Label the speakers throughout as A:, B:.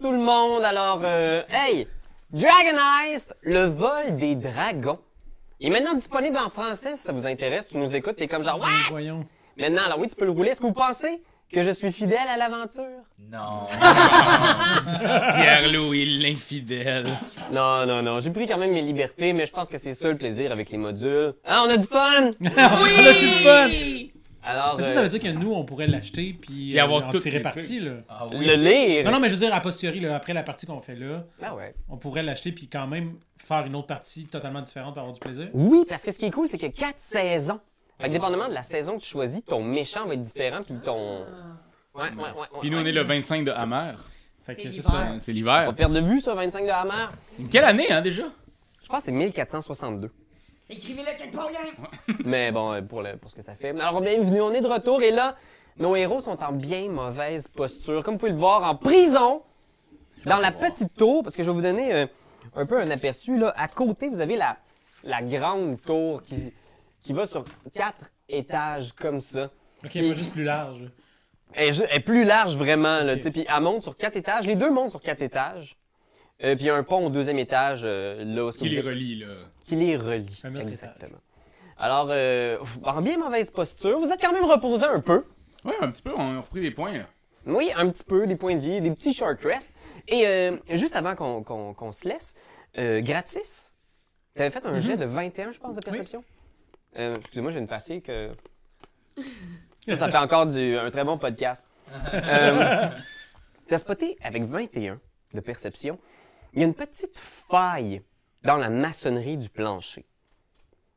A: tout le monde. Alors, euh, hey, Dragonized, le vol des dragons, est maintenant disponible en français si ça vous intéresse. Tu nous écoutes, t'es comme genre, ouais!
B: Voyons.
A: Maintenant, alors oui, tu peux le rouler. Est-ce que vous pensez que je suis fidèle à l'aventure?
C: Non.
D: Pierre-Louis l'infidèle.
A: Non, non, non. J'ai pris quand même mes libertés, mais je pense que c'est ça le plaisir avec les modules. Ah, on a du fun!
B: Oui! On a-tu du fun?
A: Alors,
B: Mais ça,
A: euh,
B: ça veut dire que nous, on pourrait l'acheter puis
D: Puis
B: euh,
D: avoir
B: en
D: tous
B: tirer
D: les
B: parti. Là.
C: Ah oui.
A: euh, le lire.
B: Non, non, mais je veux dire, a posteriori, là, après la partie qu'on fait là,
A: Ah ouais.
B: on pourrait l'acheter puis quand même faire une autre partie totalement différente pour avoir du plaisir.
A: Oui, parce que ce qui est cool, c'est qu'il y a quatre saisons. Fait que dépendamment de la saison que tu choisis, ton méchant va être différent, puis ton... Ah. Ouais, ouais, ouais. ouais,
D: Puis nous, on
A: ouais.
D: est le 25 de Hammer.
B: Fait que
E: C'est
B: c'est
E: l'hiver.
B: ça.
D: Euh, C'est
A: On va
D: l'hiver.
A: perdre de vue, ça, 25 de Hammer.
D: Quelle année, hein, déjà?
A: Je pense que c'est 1462.
E: Écrivez-le quelque part, gang!
A: Mais bon, euh, pour, le, pour ce que ça fait. Alors, bienvenue, on est de retour. Et là, nos héros sont en bien mauvaise posture. Comme vous pouvez le voir, en prison, dans la petite tour, parce que je vais vous donner euh, un peu un aperçu. Là. À côté, vous avez la, la grande tour qui, qui va sur quatre étages comme ça.
B: Ok, moi juste plus large. là.
A: Elle est, ju- elle est plus large vraiment, là,
B: Ok.
A: tu sais. Puis elle monte sur quatre étages. Les deux montent sur quatre étages. Euh, puis il y a un pont au deuxième étage, euh, là, où ce que
D: Qui
A: vous
D: les
A: êtes-
D: relie, là?
A: qui les relie.
B: Un autre
A: Exactement. Alors, euh, en bien mauvaise posture, vous êtes quand même reposé un peu.
D: Ouais, un petit peu, on a repris des points, là.
A: Oui, un petit peu, des points de vie, des petits short rests. Et euh, juste avant qu'on qu'on- qu'on se laisse, euh, gratis, t'avais fait un jet de 21, je pense, de perception. Euh, Excusez-moi, je viens de passer que... Ça, ça fait encore du, un très bon podcast. euh, T'as spoté avec 21 de perception, il y a une petite faille dans la maçonnerie du plancher.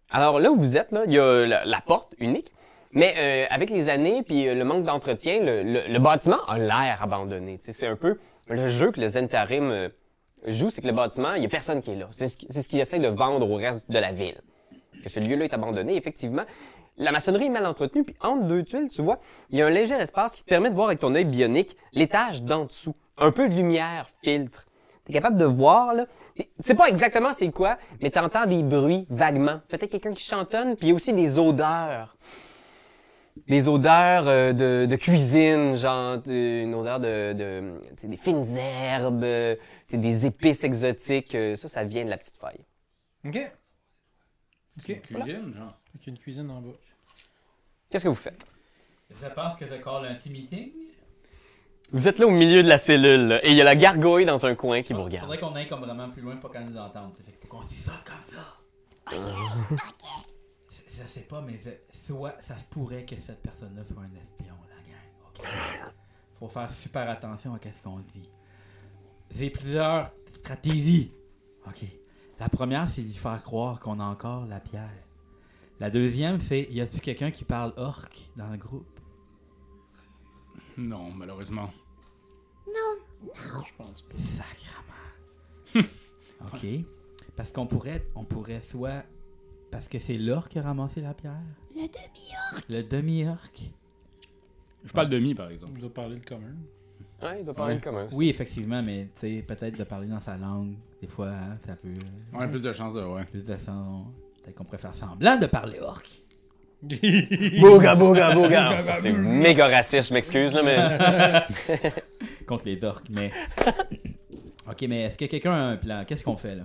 A: Alors là où vous êtes, là, il y a la, la porte unique, mais euh, avec les années puis euh, le manque d'entretien, le, le- le bâtiment a l'air abandonné. Tu sais, C'est un peu le jeu que le Zentarim euh, joue, c'est que le bâtiment, il n'y a personne qui est là. C'est ce qui- c'est ce qu'il essaie de vendre au reste de la ville. Que ce lieu-là est abandonné, effectivement. La maçonnerie est mal entretenue, puis entre deux tuiles, tu vois, il y a un léger espace qui te permet de voir avec ton œil bionique l'étage d'en dessous. Un peu de lumière filtre. T'es capable de voir, là. Et C'est pas exactement c'est quoi, mais t'entends des bruits vaguement. Peut-être quelqu'un qui chantonne, puis il y a aussi des odeurs. Des odeurs euh, de, de cuisine, genre euh, une odeur de, de tu sais, des fines herbes, euh, c'est des épices exotiques. euh, Ça, ça vient de la petite faille.
B: Ok. Ok,
D: Une
B: voilà.
D: cuisine, genre.
B: Ok, une cuisine en bas.
A: Qu'est-ce que vous faites?
C: Je pense que t'as call un petit meeting.
A: Vous êtes là au milieu de la cellule, là, et il y a la gargouille dans un coin qui vous regarde.
C: Faudrait qu'on aille comme vraiment plus loin pour qu'elle nous entende. Ça fait que faut qu'on s'isole comme ça. Je- Je sais pas, mais je- soit ça se pourrait que cette personne-là soit un espion, la gang. ok? Faut faire super attention à ce qu'on dit. J'ai plusieurs stratégies. OK. La première, c'est d'y faire croire qu'on a encore la pierre. La deuxième, c'est y a-tu quelqu'un qui parle orc dans le groupe
D: Non, malheureusement.
C: Sacrement.
F: Hum.
C: OK. Parce qu'on pourrait, on pourrait soit. Parce que c'est l'orc qui a ramassé la pierre.
E: Le demi
C: Le demi-orc.
D: Je parle de mi, par exemple.
B: On doit parler le commun.
A: Ouais, il doit parler
D: Ouais.
A: comme un.
C: Oui, effectivement, mais tu sais, peut-être de parler dans sa langue. Des fois, hein, ça peut.
D: On a plus de chance de, ouais.
C: Plus de sens. Peut-être qu'on pourrait faire semblant de parler orc.
A: Booga, booga, booga. Ah, ça, c'est méga raciste, je m'excuse, là, mais.
C: Contre les orcs, mais. ok, mais est-ce que quelqu'un a un plan Qu'est-ce qu'on fait là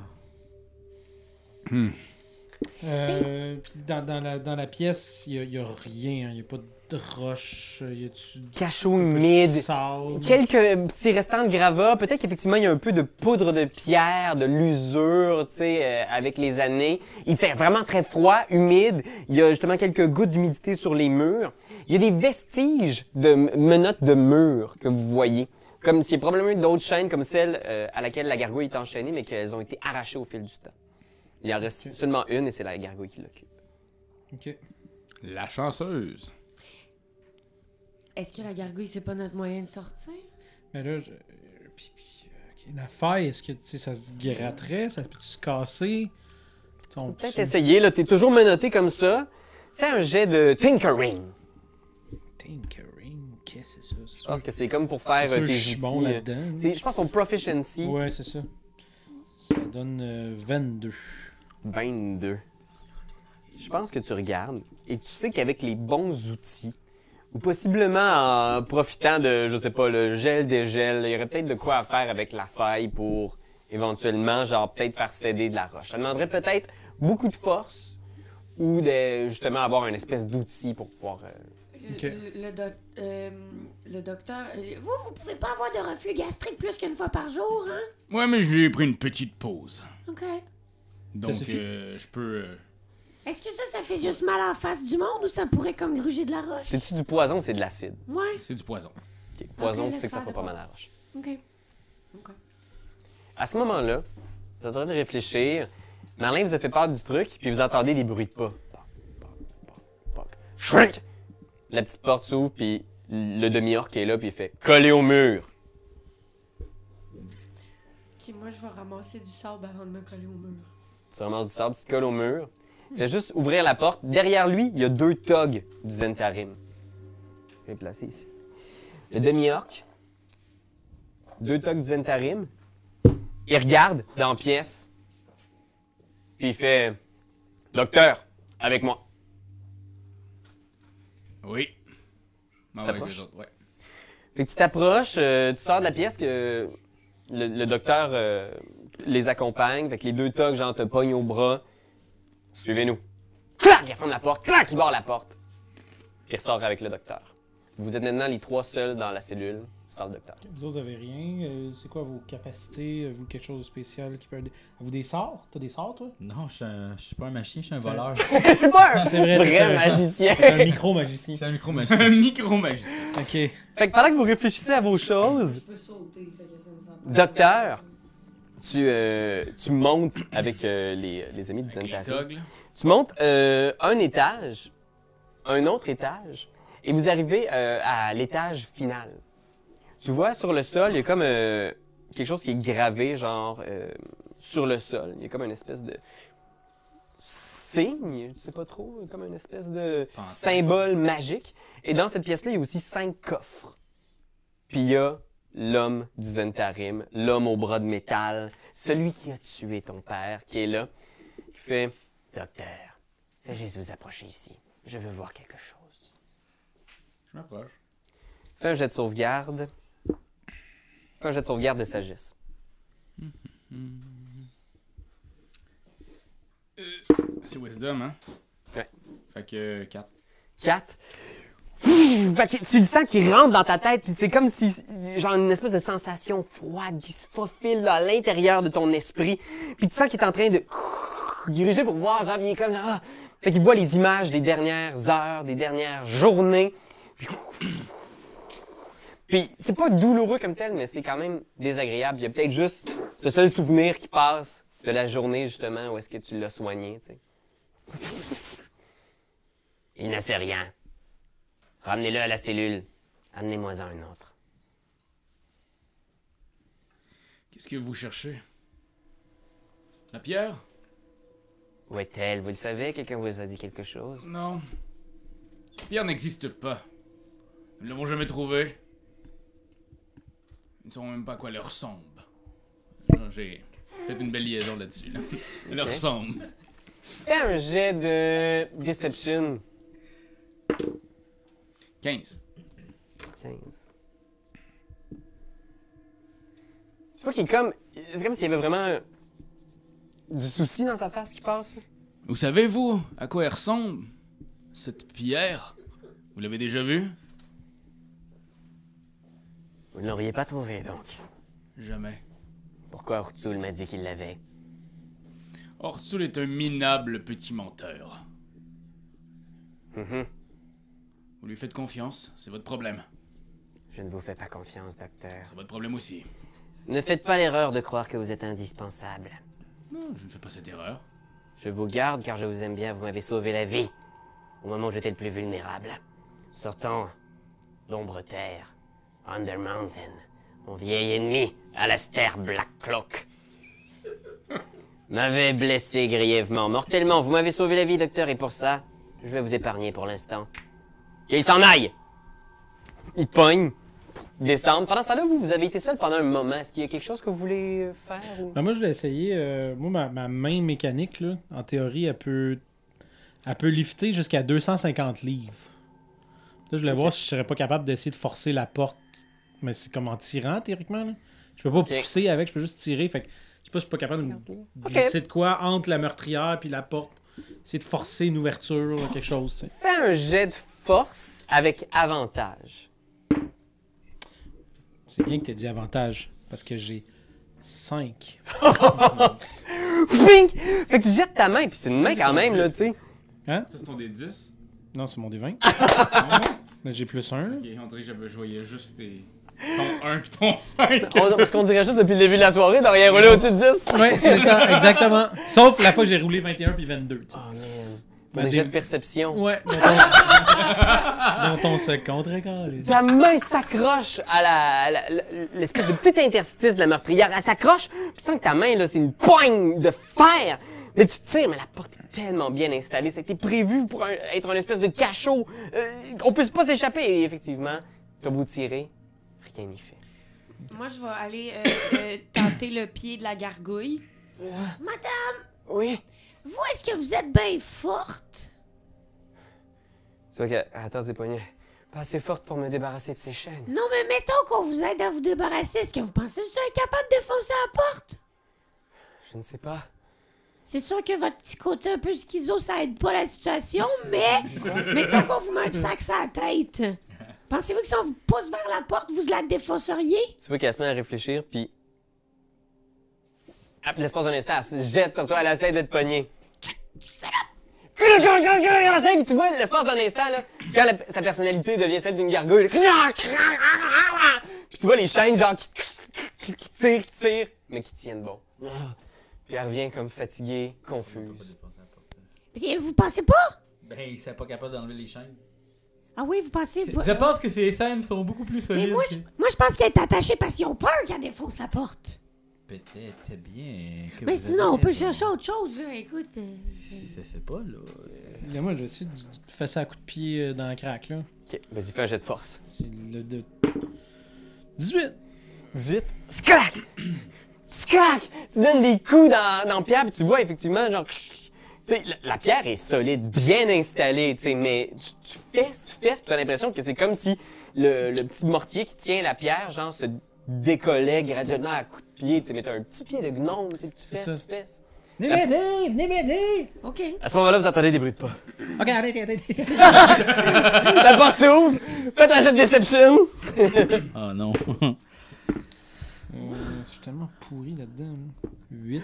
B: Euh, puis dans, dans la, dans la pièce, il n'y a, rien. hein. Il n'y a pas de roche. Il y a du
A: Cachot
B: un peu de
A: humide.
B: sable.
A: Quelques petits restants de gravats. Peut-être qu'effectivement, il y a un peu de poudre de pierre, de l'usure, tu sais, euh, avec les années. Il fait vraiment très froid, humide. Il y a justement quelques gouttes d'humidité sur les murs. Il y a des vestiges de m- menottes de mur que vous voyez. Comme s'il y a probablement d'autres chaînes comme celle euh, à laquelle la gargouille est enchaînée, mais qu'elles ont été arrachées au fil du temps. Il en reste seulement une et c'est la gargouille qui l'occupe.
B: Ok.
D: La chanceuse.
E: Est-ce que la gargouille, c'est pas notre moyen de sortir?
B: Mais là, je... euh, puis- puis, euh, ok, la faille, est-ce que tu sais, ça se gratterait? Ça peut se casser? On-
A: Peut-être
B: c'est-
A: essayer, là, t'es toujours menotté comme ça. Fais un jet de tinkering.
B: Tinkering, qu'est-ce que c'est ça? Ah, C'est
A: Je pense que c'est comme pour faire
B: sûr
A: euh,
B: que
A: tes
B: je suis
A: outils,
B: bon
A: euh,
B: là-dedans.
A: c'est- Je pense ton proficiency,
B: Ouais, c'est ça. Ça donne euh, 22.
A: 22. Je pense que tu regardes et tu sais qu'avec les bons outils, Ou possiblement en profitant de, je sais pas, le gel des gels. Il y aurait peut-être de quoi à faire avec la faille pour éventuellement, genre, peut-être faire céder de la roche. Ça demanderait peut-être beaucoup de force ou de, justement, avoir une espèce d'outil pour pouvoir... euh,
E: Le,
B: Ok.
E: le doc- euh, le docteur. euh, Vous, vous pouvez pas avoir de reflux gastrique plus qu'une fois par jour, hein?
C: Ouais, mais je lui ai pris une petite pause.
E: OK.
C: Donc,
B: suffit.
C: euh, je peux. euh,
E: Est-ce que ça, ça fait juste mal en face du monde ou ça pourrait comme gruger de la roche?
A: C'est-tu du poison ou c'est de l'acide?
E: Ouais.
C: c'est du poison.
A: Ok, Poison,
E: Après,
A: tu
E: laisse
A: sais que ça
E: faire
A: fait
E: de
A: pas
E: bon.
A: mal à la roche.
E: OK. OK.
A: À ce moment-là, vous êtes en train de réfléchir. Merlin vous a fait part du truc, puis vous entendez des bruits de pas. Poc, poc, poc, poc. Shrink! La petite porte s'ouvre, puis le demi-orc est là, puis il fait coller au mur.
E: Ok, moi, je vais ramasser du sable avant de me coller au mur.
A: Tu ramasses du sable, tu te colles au mur. Il fait juste ouvrir la porte. Derrière lui, il y a deux togs du Zentarim. Je vais les placer ici. Le demi-orc, deux togs du Zentarim. Il regarde dans la pièce, puis il fait Docteur, avec moi.
C: Oui. Ah, ouais,
A: t'approches?
C: les autres, ouais.
A: Fait que tu t'approches, euh, tu sors de la pièce que le, le docteur euh, les accompagne. Fait que les deux tocs, genre, te pognent au bras. Suivez-nous. Clac! Il ferme la porte. Clac! Il barre la porte. Puis il ressort avec le docteur. Vous êtes maintenant les trois seuls dans la cellule sans le docteur.
B: Vous autres avez rien. euh, c'est quoi vos capacités Avez-vous quelque chose de spécial qui peut aider Avez-vous des sorts T'as des sorts, toi
F: Non, je suis un- je suis pas un machin, je suis un voleur.
A: Je suis pas un
B: C'est vrai, c'est
A: vrai
B: vrai.
A: magicien.
B: T'es un micro-magicien.
F: C'est un micro
C: Un
F: machin.
C: micro-magicien.
B: ok.
A: Fait que pendant que vous réfléchissez à vos choses,
E: Je peux sauter, fait que ça me semble.
A: docteur, tu, euh, tu montes avec euh, les, les amis du
C: Avec les
A: Zentari.
C: togs, là.
A: Tu montes euh, un étage, un autre étage, et vous arrivez euh, à l'étage final. Tu vois, sur le sol, il y a comme euh, quelque chose qui est gravé, genre, euh, sur le sol. Il y a comme une espèce de signe, je sais pas trop, comme une espèce de
C: Fantasme.
A: symbole magique. Et dans cette pièce-là, il y a aussi cinq coffres. Puis il y a l'homme du Zentarim, l'homme au bras de métal, celui qui a tué ton père, qui est là, qui fait... Docteur, fais juste vous approcher ici. Je veux voir quelque chose.
C: Je m'approche.
A: Fais un jet de sauvegarde. Fais un jet de sauvegarde de sagesse.
C: C'est Wisdom, hein?
A: Ouais.
C: Fait
D: euh,
C: que 4.
A: 4. tu le sens qui rentre dans ta tête, puis c'est comme si, genre, une espèce de sensation froide qui se faufile à l'intérieur de ton esprit. Puis tu sens qu'il est en train de diriger pour voir, genre, il est comme, genre, ah. fait qu'il voit les images des dernières heures, des dernières journées. Puis c'est pas douloureux comme tel, mais c'est quand même désagréable. Il y a peut-être juste ce seul souvenir qui passe de la journée, justement, où est-ce que tu l'as soigné, tu sais. Il ne sait rien. Ramenez-le à la cellule. Amenez-moi un autre.
C: Qu'est-ce que vous cherchez? La pierre?
A: Où est-elle? Vous le savez? Quelqu'un vous a dit quelque chose?
C: Non. La pierre n'existe pas. Nous ne l'avons jamais trouvée. Nous ne savons même pas à quoi elle ressemble. Genre, J'ai fait une belle liaison là-dessus. Là. Elle
A: Ok.
C: ressemble.
A: Fais un jet de Deception.
C: 15.
A: 15. Tu vois qu'il est comme. C'est comme s'il y avait vraiment un- du souci dans sa face qui passe. là.
C: Vous savez-vous à quoi elle ressemble? Cette pierre? Vous l'avez déjà vue?
A: Vous ne l'auriez pas trouvé, donc.
C: Jamais.
A: Pourquoi Urtul m'a dit qu'il l'avait?
C: Orsul est un minable petit menteur.
A: Mhm.
C: Vous lui faites confiance, c'est votre problème.
A: Je ne vous fais pas confiance, docteur.
C: C'est votre problème aussi.
A: Ne faites pas l'erreur de croire que vous êtes indispensable.
C: Non, je ne fais pas cette erreur.
A: Je vous garde car je vous aime bien, vous m'avez sauvé la vie au moment où j'étais le plus vulnérable. Sortant d'ombre terre, Under Mountain, mon vieil ennemi, Alastair Black Cloak, m'avait blessé grièvement, mortellement. Vous m'avez sauvé la vie, docteur, et pour ça, je vais vous épargner pour l'instant. Qu'il s'en aille Il pogne, descend. Pendant ce temps-là, vous, vous avez été seul pendant un moment. Est-ce qu'il y a quelque chose que vous voulez faire
B: Ben, moi, je l'ai essayé. euh, moi, ma, ma main mécanique, là, en théorie, elle peut, elle peut lifter jusqu'à 250 livres. Là, je voulais voir si je serais pas capable d'essayer de forcer la porte. Mais c'est comme en tirant, théoriquement. Là. Je peux pas pousser avec, je peux juste tirer. Fait que je sais pas, je suis pas capable de me glisser de quoi entre la meurtrière puis la porte. Essayer de forcer une ouverture, là, quelque chose, tu sais.
A: Fais un jet de force avec avantage.
B: C'est bien que t'aies dit avantage, parce que j'ai 5.
A: Pink! Fait que tu jettes ta main, puis c'est une main quand même, là, tu sais.
C: Ça, c'est ton des 10.
B: Non, c'est mon D20.
C: Ah ouais?
B: Mais J'ai plus 1.
C: Ok, on dirait que j'avais- je voyais juste tes... ton 1 puis ton 5.
A: On- parce qu'on dirait juste depuis le début de la soirée, t'as rien roulé au-dessus de 10.
B: Ouais, c'est ça, exactement. Sauf la fois que j'ai roulé 21 puis 22, tu sais.
A: Oh man.
B: Ben,
A: des
B: des-
A: jets de perception.
B: Ouais, dont on, dont on se contre-égale.
A: Ta main s'accroche à la- à la- la- l'espèce de petit interstice de la meurtrière. Elle s'accroche, puis tu sens que ta main, là, c'est une poigne de fer. Mais tu tires, mais la porte est tellement bien installée. C'était prévu pour un- être un espèce de cachot. euh, qu'on puisse pas s'échapper. Et effectivement, t'as beau tirer, rien n'y fait.
E: Moi, je vais aller euh, euh, tenter le pied de la gargouille.
A: Oui.
E: Vous, est-ce que vous êtes bien forte?
A: Tu vois qu'elle attend ses poignets. Pas assez forte pour me débarrasser de ses chaînes.
E: Non, mais mettons qu'on vous aide à vous débarrasser. Est-ce que vous pensez que je suis incapable de foncer à la porte?
A: Je ne sais pas.
E: C'est sûr que votre petit côté un peu schizo, ça aide pas la situation, mais mettons qu'on vous met un sac sur la tête. Pensez-vous que si on vous pousse vers la porte, vous la défonceriez?
A: Tu vois qu'elle se met à réfléchir, puis... À l'espace d'un instant, elle se jette sur toi, elle essaie de te pogner. Elle essaie, puis tu vois, l'espace d'un instant, là, quand la- sa personnalité devient celle d'une gargouille, puis tu vois les chaînes, genre, qui, qui tirent, qui tirent, mais qui tiennent bon. Puis elle revient comme fatiguée, confuse.
E: Et vous pensez pas?
F: Ben, il serait pas capable d'enlever les chaînes.
E: Ah oui, vous pensez... vous-
F: Je pense que ces scènes sont beaucoup plus
E: Mais
F: solides.
E: moi, je, moi, je pense qu'elle est attachée parce qu'ils ont peur qu'elle défonce la porte.
F: Peut-être bien. que
E: Mais
F: vous avez
E: sinon, on peut
F: raison.
E: chercher autre chose. là. Écoute, euh,
F: Je sais pas, là.
B: Là, moi, je vais essayer de de faire ça à coup de pied euh, dans le crack, là.
A: Ok, vas-y, fais un jet de force.
B: C'est le de... 18!
A: 18. Scrac! Scrac! Tu donnes des coups dans, dans la pierre, puis tu vois effectivement, genre. Tu sais, la, la pierre est solide, bien installée, tu sais, mais tu, tu fesses, tu fesses, puis t'as l'impression que c'est comme si le, le petit mortier qui tient la pierre, genre, se décollait graduellement à coups de pied, tu sais, mais t'as un petit pied de gnome, tu sais, que tu
B: C'est
A: fesses,
B: ça.
A: tu fesses.
B: Venez m'aider! Venez m'aider!
E: OK.
A: À ce moment-là, vous entendez des bruits de pas.
B: Ok, arrêtez, arrêtez!
A: la porte s'ouvre, faites un jet de déception.
C: Ah non.
B: Euh, je suis tellement pourri là-dedans. 8.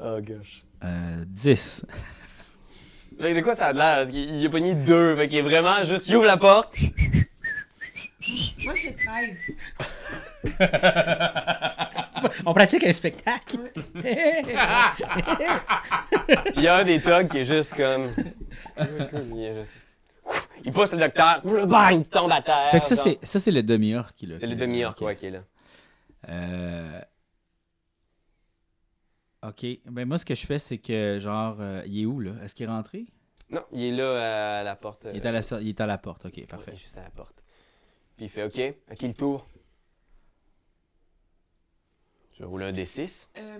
A: Oh gosh.
C: Euh, 10.
A: Fait que de quoi ça a l'air? Parce qu'il il a pogné deux, fait qu'il est vraiment juste, il ouvre la porte.
E: Moi, j'ai 13.
B: On pratique un spectacle!
A: Il y a un des thugs qui est juste comme. Il est juste. Il pousse le docteur, bang, il tombe à terre.
C: Fait que ça,
A: genre.
C: c'est, ça, c'est le demi-orc qui l'a
A: Ah, C'est le
C: fait.
A: demi-orc,
C: Ok.
A: quoi, qui est là.
C: Euh... Ok. Ben moi, ce que je fais, c'est que, genre, euh, il est où, là? Est-ce qu'il est rentré?
A: Non, il est là euh, à la porte.
C: Il, est à la so- il est à la porte. Ok,
A: Parfait.
C: parfait.
A: juste à la porte. Puis il fait OK, à qui le tour Je roule un D6.
E: Euh,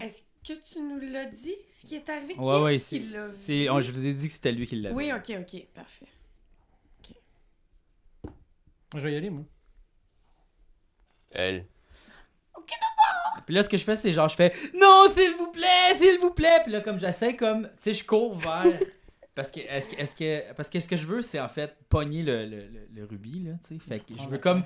E: Est-ce que tu nous l'as dit, ce qui est arrivé? Qui
C: Ouais, ouais,
E: est-ce
C: c'est-
E: qui l'a vu?
C: C'est- on- je vous ai dit que c'était lui qui l'avait.
E: Oui, OK, OK, parfait.
B: Je vais y aller, moi.
A: Elle.
C: Puis là, ce que je fais, c'est genre, je fais Non, s'il vous plaît, s'il vous plaît. Puis là, comme j'essaie, comme, tu sais, je cours vers. Parce que, est-ce que, est-ce que, parce que ce que je veux, c'est en fait pogner le, le, le- le rubis, là, tu sais. Fait que je veux comme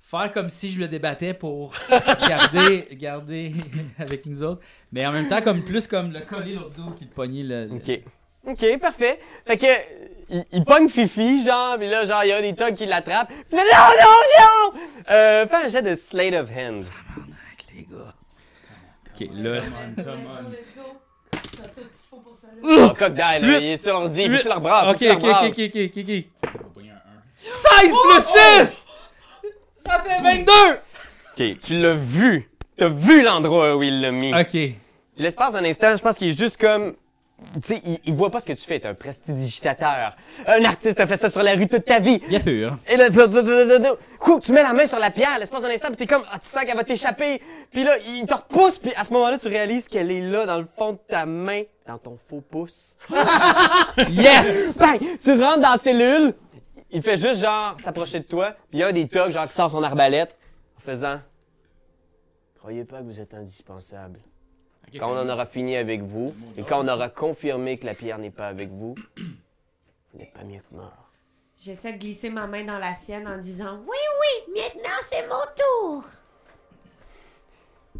C: faire comme si je le débattais pour garder, garder avec nous autres. Mais en même temps, comme plus comme le coller l'autre dos puis le pogner le. le-
A: OK. OK, parfait. Fait que. euh, Il, il pogne Fifi, genre, puis là, genre, il y a un des thugs qui l'attrape. Tu fais non, non, non! Euh, fais un jet de Slate of Hand.
C: Tabarnak, les gars. Ok, là.
E: tout ce qu'il faut pour ça.
A: Oh, coq d'ail, là, il est sur l'ordi, puis tu le rebrasses.
C: Ok,
A: puis tu le
C: ok,
A: rebrasses.
C: ok, ok, ok, ok.
A: 16 plus 6! oh! Ça fait 22! Ok, tu l'as vu. T'as vu l'endroit où il l'a mis.
C: Ok.
A: L'espace d'un instant, je pense qu'il est juste comme... Tu sais, il, il voit pas ce que tu fais. T'es un prestidigitateur. Un artiste a fait ça sur la rue toute ta vie.
C: Bien sûr.
A: Et là, blou, blou, blou, blou, blou. Coup, tu mets la main sur la pierre, l'espace d'un instant, puis t'es comme, ah, tu sens qu'elle va t'échapper. Puis là, il te repousse, puis à ce moment-là, tu réalises qu'elle est là, dans le fond de ta main, dans ton faux pouce.
C: Yes!
A: Bang! Tu rentres dans la cellule, Il fait juste genre s'approcher de toi, puis il y a un des togs genre qui sort son arbalète en faisant Croyez pas que vous êtes indispensable.
D: Ok,
A: Quand on
D: c'est-
A: en aura fini avec vous, et quand on aura confirmé que la pierre n'est pas avec vous, vous n'êtes pas mieux que mort.
E: J'essaie de glisser ma main dans la sienne en disant Oui, oui, maintenant c'est mon tour.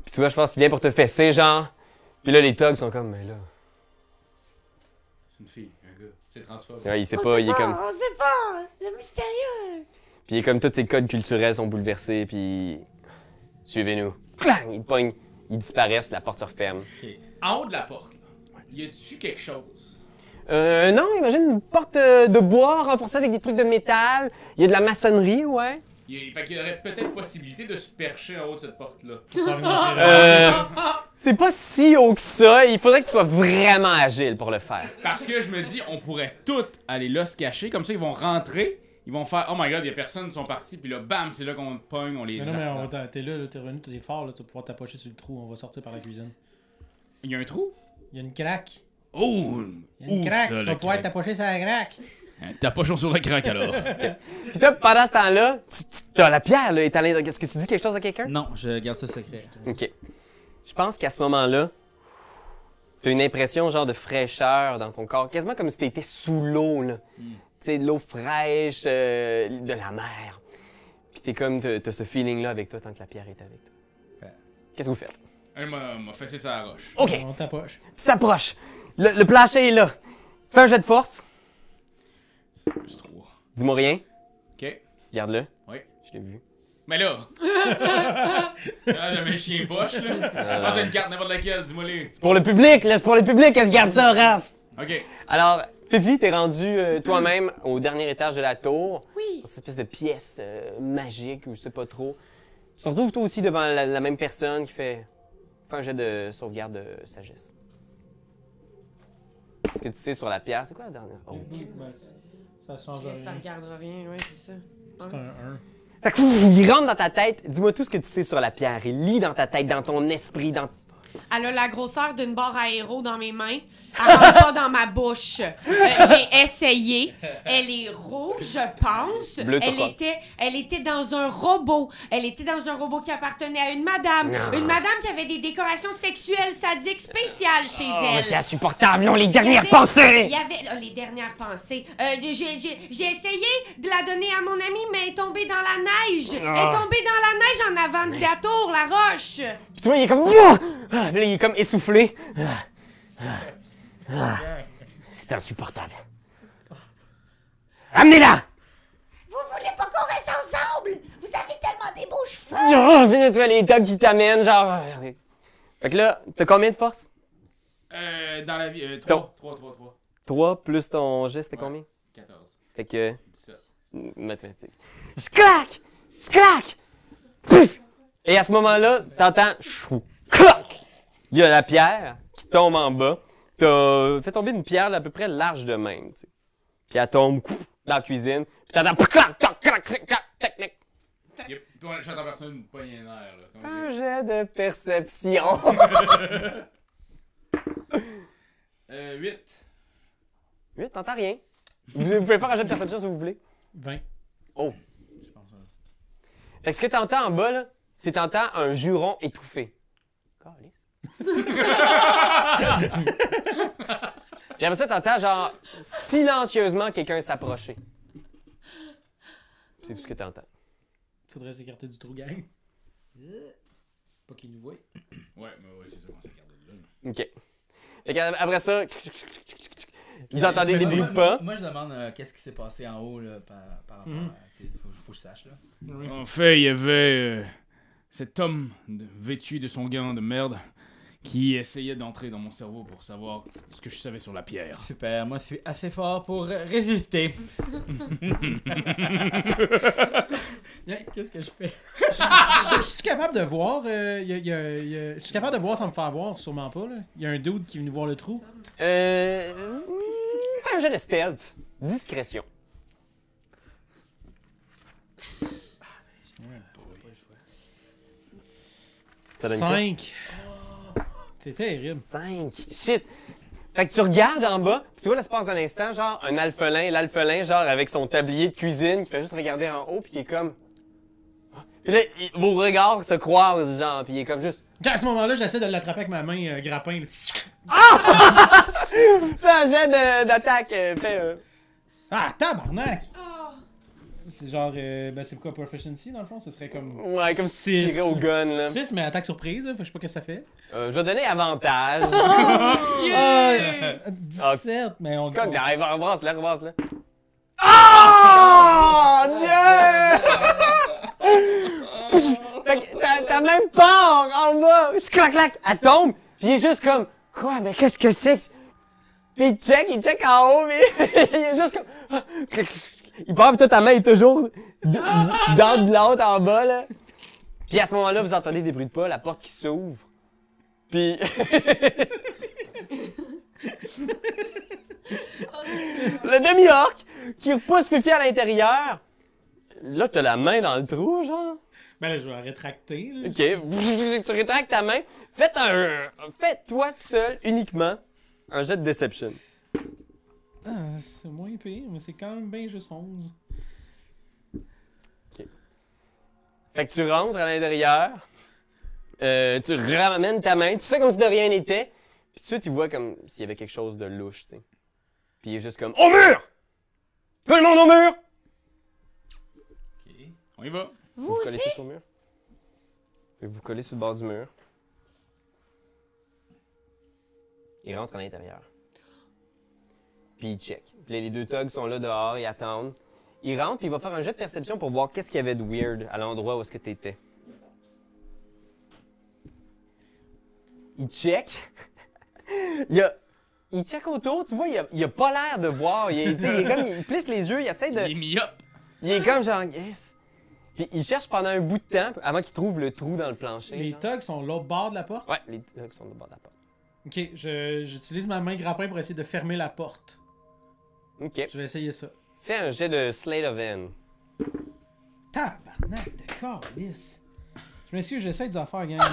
A: Puis tu vois, je pense qu'il vient pour te fesser, genre. Puis là, les togs sont comme, mais là.
D: C'est une fille, un gars. C'est transphobe.
A: Ouais, il sait
E: On
A: pas, il est comme.
E: On sait pas, c'est mystérieux.
A: Puis il est comme tous ses codes culturels sont bouleversés, puis. Suivez-nous. Clang! Il te pogne, ils disparaissent, la porte se referme.
D: Ok. En haut de la porte, là, y a-tu quelque chose?
A: Euh, non, imagine une porte euh, de bois renforcée avec des trucs de métal. Il y a de la maçonnerie, ouais.
D: Y a- Fait qu'il y aurait peut-être possibilité de se percher en haut de cette porte-là.
A: Euh, c'est pas si haut que ça. Il faudrait que tu sois vraiment agile pour le faire.
D: Parce que je me dis, on pourrait toutes aller là se cacher. Comme ça, ils vont rentrer. Ils vont faire Oh my god, y a personne, ils sont partis. Puis là, bam, c'est là qu'on pogne, on les.
B: Mais non, mais on va
D: attrape.
B: t'en- t'es là, là, t'es revenu, t'es fort, là, tu vas pouvoir t'approcher sur le trou, on va sortir par la cuisine.
D: Il y a un trou?
B: Il y a une craque.
D: Oh!
B: Il y a une
D: Où
B: craque,
D: ça,
B: tu vas
D: la
B: pouvoir
D: craque?
B: t'approcher sur la craque.
D: Hein, T'as pas chaud sur la craque alors?
A: Puis là, pendant ce temps-là, tu, tu- t'as la pierre, là, est à l'intérieur. Est-ce que tu dis quelque chose à quelqu'un?
D: non, je garde ça secret.
A: OK. Je pense qu'à ce moment-là, t'as une impression genre de fraîcheur dans ton corps, quasiment comme si t'étais sous l'eau, là. Tu sais, de l'eau fraîche, euh, de la mer. Puis t'es comme, t'as t'as ce feeling-là avec toi tant que la pierre est avec toi.
D: Ouais.
A: Qu'est-ce que vous faites?
D: Un m'a m'a fessé sa roche.
A: OK,
B: On t'approche.
A: tu t'approches. Le, le plancher est là. Fais un jet de force.
D: Plus trois.
A: Dis-moi rien.
D: Ok.
A: Garde-le.
D: Oui.
A: Je l'ai vu.
D: Mais là! T'as l'air d'un chien poche, là. Passe une carte, n'importe laquelle, dis-moi les.
A: C'est pour le public, là. C'est pour le public que je garde ça, Raph.
D: Ok.
A: Alors, Fifi, t'es rendu euh, toi-même au dernier étage de la tour.
E: Oui.
A: Dans cette espèce de pièce euh, magique ou je sais pas trop. Tu te retrouves toi aussi devant la, la même personne qui fait, fait un jet de sauvegarde de sagesse. Est-ce que tu sais sur la pierre, c'est quoi la dernière? Oh.
B: Ben, Ça change
E: Ça
B: rien.
E: regarde rien, ouais, c'est ça.
B: C'est un 1.
A: Fait que ouf, il rentre dans ta tête. Dis-moi tout ce que tu sais sur la pierre. Il lit dans ta tête, dans ton esprit, dans.
E: Elle a la grosseur d'une barre à héros dans mes mains. Elle rentre pas dans ma bouche. Euh, J'ai essayé. Elle est rouge, je pense.
A: Bleu
E: elle
A: turquoise.
E: était, elle était dans un robot. Elle était dans un robot qui appartenait à une madame.
A: Non.
E: Une madame qui avait des décorations sexuelles sadiques spéciales chez
A: Oh,
E: elle.
A: c'est insupportable, on les
E: Il y
A: dernières
E: avait- Il
A: pensées!
E: y avait là, les dernières pensées. Euh, j'ai- j'ai j'ai essayé de la donner à mon ami, mais elle est tombée dans la neige. Elle est
A: Ah.
E: tombée dans la neige en avant de la tour, la roche.
A: Puis tu vois, il est comme. Ouah! Ah, Là, il est comme essoufflé. Ah, ah, ah. C'est insupportable. Amenez-la!
E: Vous voulez pas qu'on reste ensemble? Vous avez tellement des beaux cheveux!
A: Genre, puis là, tu vois les tocs qui t'amènent, genre. euh, regardez. Fait que là, t'as combien de force?
D: Euh, dans la vie. Euh,
A: Non.
D: 3, 3, 3, 3.
A: 3 plus ton geste, c'était
D: Ouais.
A: combien?
D: 14,
A: Fait que.
D: 17.
A: mathématiques. Sclac! Sclac! Pouf! Et à ce moment-là, t'entends chou, clac! Il y a la pierre qui tombe en bas. T'as fait tomber une pierre à peu près large de même, tu sais. Puis elle tombe coup, dans la cuisine. Puis t'entends clac, clac, clac, clac, clac, clac, clac.
D: Yep. Puis on- J'entends personne me pogner les nerfs, là. Comme
A: Un
D: j'ai-
A: jet de perception.
D: Euh, 8.
A: Oui, t'entends rien. Vous, vous pouvez faire un jet de perception si vous voulez.
B: 20.
D: Je pense. euh,
A: Fait que ce que t'entends en bas, là, c'est t'entends un juron étouffé. Calisse. Puis après ça, t'entends genre silencieusement quelqu'un s'approcher. C'est tout ce que t'entends.
B: Faudrait s'écarter du trou, gang. Pas qu'il nous voit.
D: Ouais, mais ouais, c'est sûr qu'on s'est gardé de là.
A: OK. Fait que après ça, vous entendez des bruits de pas.
C: Moi, je demande euh, qu'est-ce qui s'est passé en haut là, par, par rapport
B: Mhm.
C: à. t'sais, Faut, faut que je sache. Là.
D: En fait, il y avait euh, cet homme de- vêtu de son gant de merde qui essayait d'entrer dans mon cerveau pour savoir ce que je savais sur la pierre.
C: Super, moi, je suis assez fort pour euh, résister.
B: Qu'est-ce que je fais? Je Ah, je- je suis capable de voir. euh, y a- y a- y a- Je suis capable de voir sans me faire voir, sûrement pas. Il y a un dude qui est venu voir le trou.
A: Euh. hmm, Fais un jeu de stealth. Discrétion. Ça donne quoi?
B: 5. C'est terrible.
A: 5. Shit. Fait que tu regardes en bas, puis tu vois l'espace d'un instant, genre un alphelin, l'alphelin, genre avec son tablier de cuisine, qui fait juste regarder en haut, puis il est comme. Puis là, il- vos regards se croisent, genre, puis il est comme juste.
B: à ce moment-là, j'essaie de l'attraper avec ma main euh, grappin. là.
A: Fais un jet de- d'attaque, euh, fais, euh,
B: Ah, tabarnak! C'est genre, euh, ben c'est quoi, proficiency dans le fond? Ce serait comme
A: Ouais, comme si tu
B: Six.
A: tirais au gun, là.
B: 6, mais attaque surprise, là, fait que je sais pas qu'est-ce que ça fait.
A: Euh, je vais donner avantage.
B: Euh, 17, mais on.
A: Cogne,
B: on-
A: allez, rebrasse-la, rebrasse-la. Ah! Dieu! fait que t'as- t'as même pas en, en bas. Je clac, clac, elle tombe. Puis il est juste comme, quoi, mais qu'est-ce que c'est que... Puis il check, il check en haut, mais il est juste comme... Ah! Clac, clac, clac. Il part, puis toi, ta main est toujours d- dans de l'autre en bas, là. Puis à ce moment-là, vous entendez des bruits de pas, la porte qui s'ouvre. Puis... Le demi-orc qui repousse Fifi à l'intérieur. Là, t'as la main dans le trou, genre.
B: Ben là, je vais la rétracter. là.
A: OK. Tu rétractes ta main. Faites un... Faites-toi tout seul, uniquement, un jet de Deception.
B: Ah, c'est moins pire, mais c'est quand même bien juste 11.
A: Fait que tu rentres à l'intérieur. euh, tu ramènes ta main. Tu fais comme si de rien n'était. Puis tout de suite, il voit comme s'il y avait quelque chose de louche, tu sais. Puis il est juste comme... Au mur! Tout le monde au mur!
C: On y va.
E: Vous
A: vous
E: aussi?
A: collez tous au mur. Vous vous collez sur le bord du mur. Il rentre à l'intérieur. Puis il check. Puis là, les deux thugs sont là dehors, ils attendent. Il rentre, puis il va faire un jet de perception pour voir qu'est-ce qu'il y avait de weird à l'endroit où est-ce que t'étais. Il check. il, y a... il check autour, tu vois, il a, il a pas l'air de voir. Il, est- tu sais, il est comme, il plisse les yeux, il essaie de...
C: Il est myope.
A: Il est comme genre, yes. Puis il cherche pendant un bout de temps avant qu'il trouve le trou dans le plancher.
B: Les
A: genre.
B: tugs sont l'autre bord de la porte.
A: Ouais, les tugs sont au bord de la porte.
B: Ok, je- j'utilise ma main grappin pour essayer de fermer la porte.
A: Ok.
B: Je vais essayer ça.
A: Fais un jet de Slate of N.
B: Tabarnak, d'accord, lisse. Je m'excuse, j'essaie des affaires, gang.
A: Ben,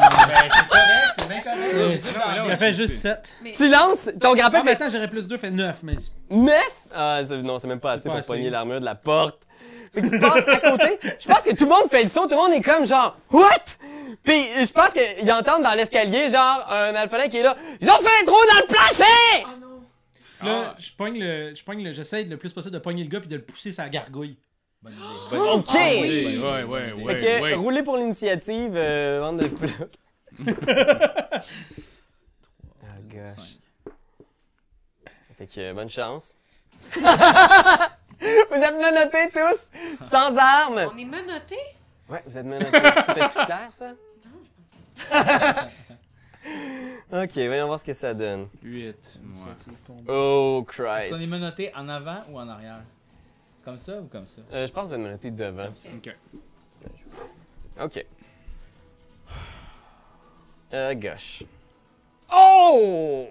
C: C'est bien correct.
B: Euh,
C: C'est ça, là,
B: Il a
C: on
B: fait
C: le
B: juste
C: sait.
B: 7.
A: Tu lances, ton grand-père
B: Ah, mais
A: fait
B: attends, j'aurais plus 2, fait 9, mais.
A: 9! Ah, c'est- non, c'est même pas assez
B: pas
A: pour
B: assez.
A: pogner l'armure de la porte. Fait que tu passes à côté. Je pense que tout le monde fait le son, tout le monde est comme genre, what? Puis je pense qu'ils entendent dans l'escalier, genre, un alphelin qui est là, ils ont fait un trou dans le plancher!
E: Oh non.
B: Là,
C: Ah.
B: je pogne le. Je pogne le. J'essaie le plus possible de pogner le gars puis de le pousser sa gargouille.
C: Bonne idée.
A: Ok!
C: Ouais, ouais, ouais,
A: Fait
C: ouais,
A: que,
C: ouais.
A: roulez pour l'initiative, euh, vente de blocs. oh Ah, gosh. Fait que, euh, bonne chance. vous êtes menottés tous, sans armes.
E: On est menotté?
A: Ouais, vous êtes menottés. T'es-tu clair, ça?
E: Non, je pense que
A: Ok, voyons voir ce que ça donne.
C: 8.
A: Oh
C: Est-ce qu'on est
A: Christ.
C: menotté en avant ou en arrière? Comme ça ou comme ça?
A: Euh, je pense que vous êtes menottés devant.
C: Ok.
A: Ok. Euh, gosh. Oh!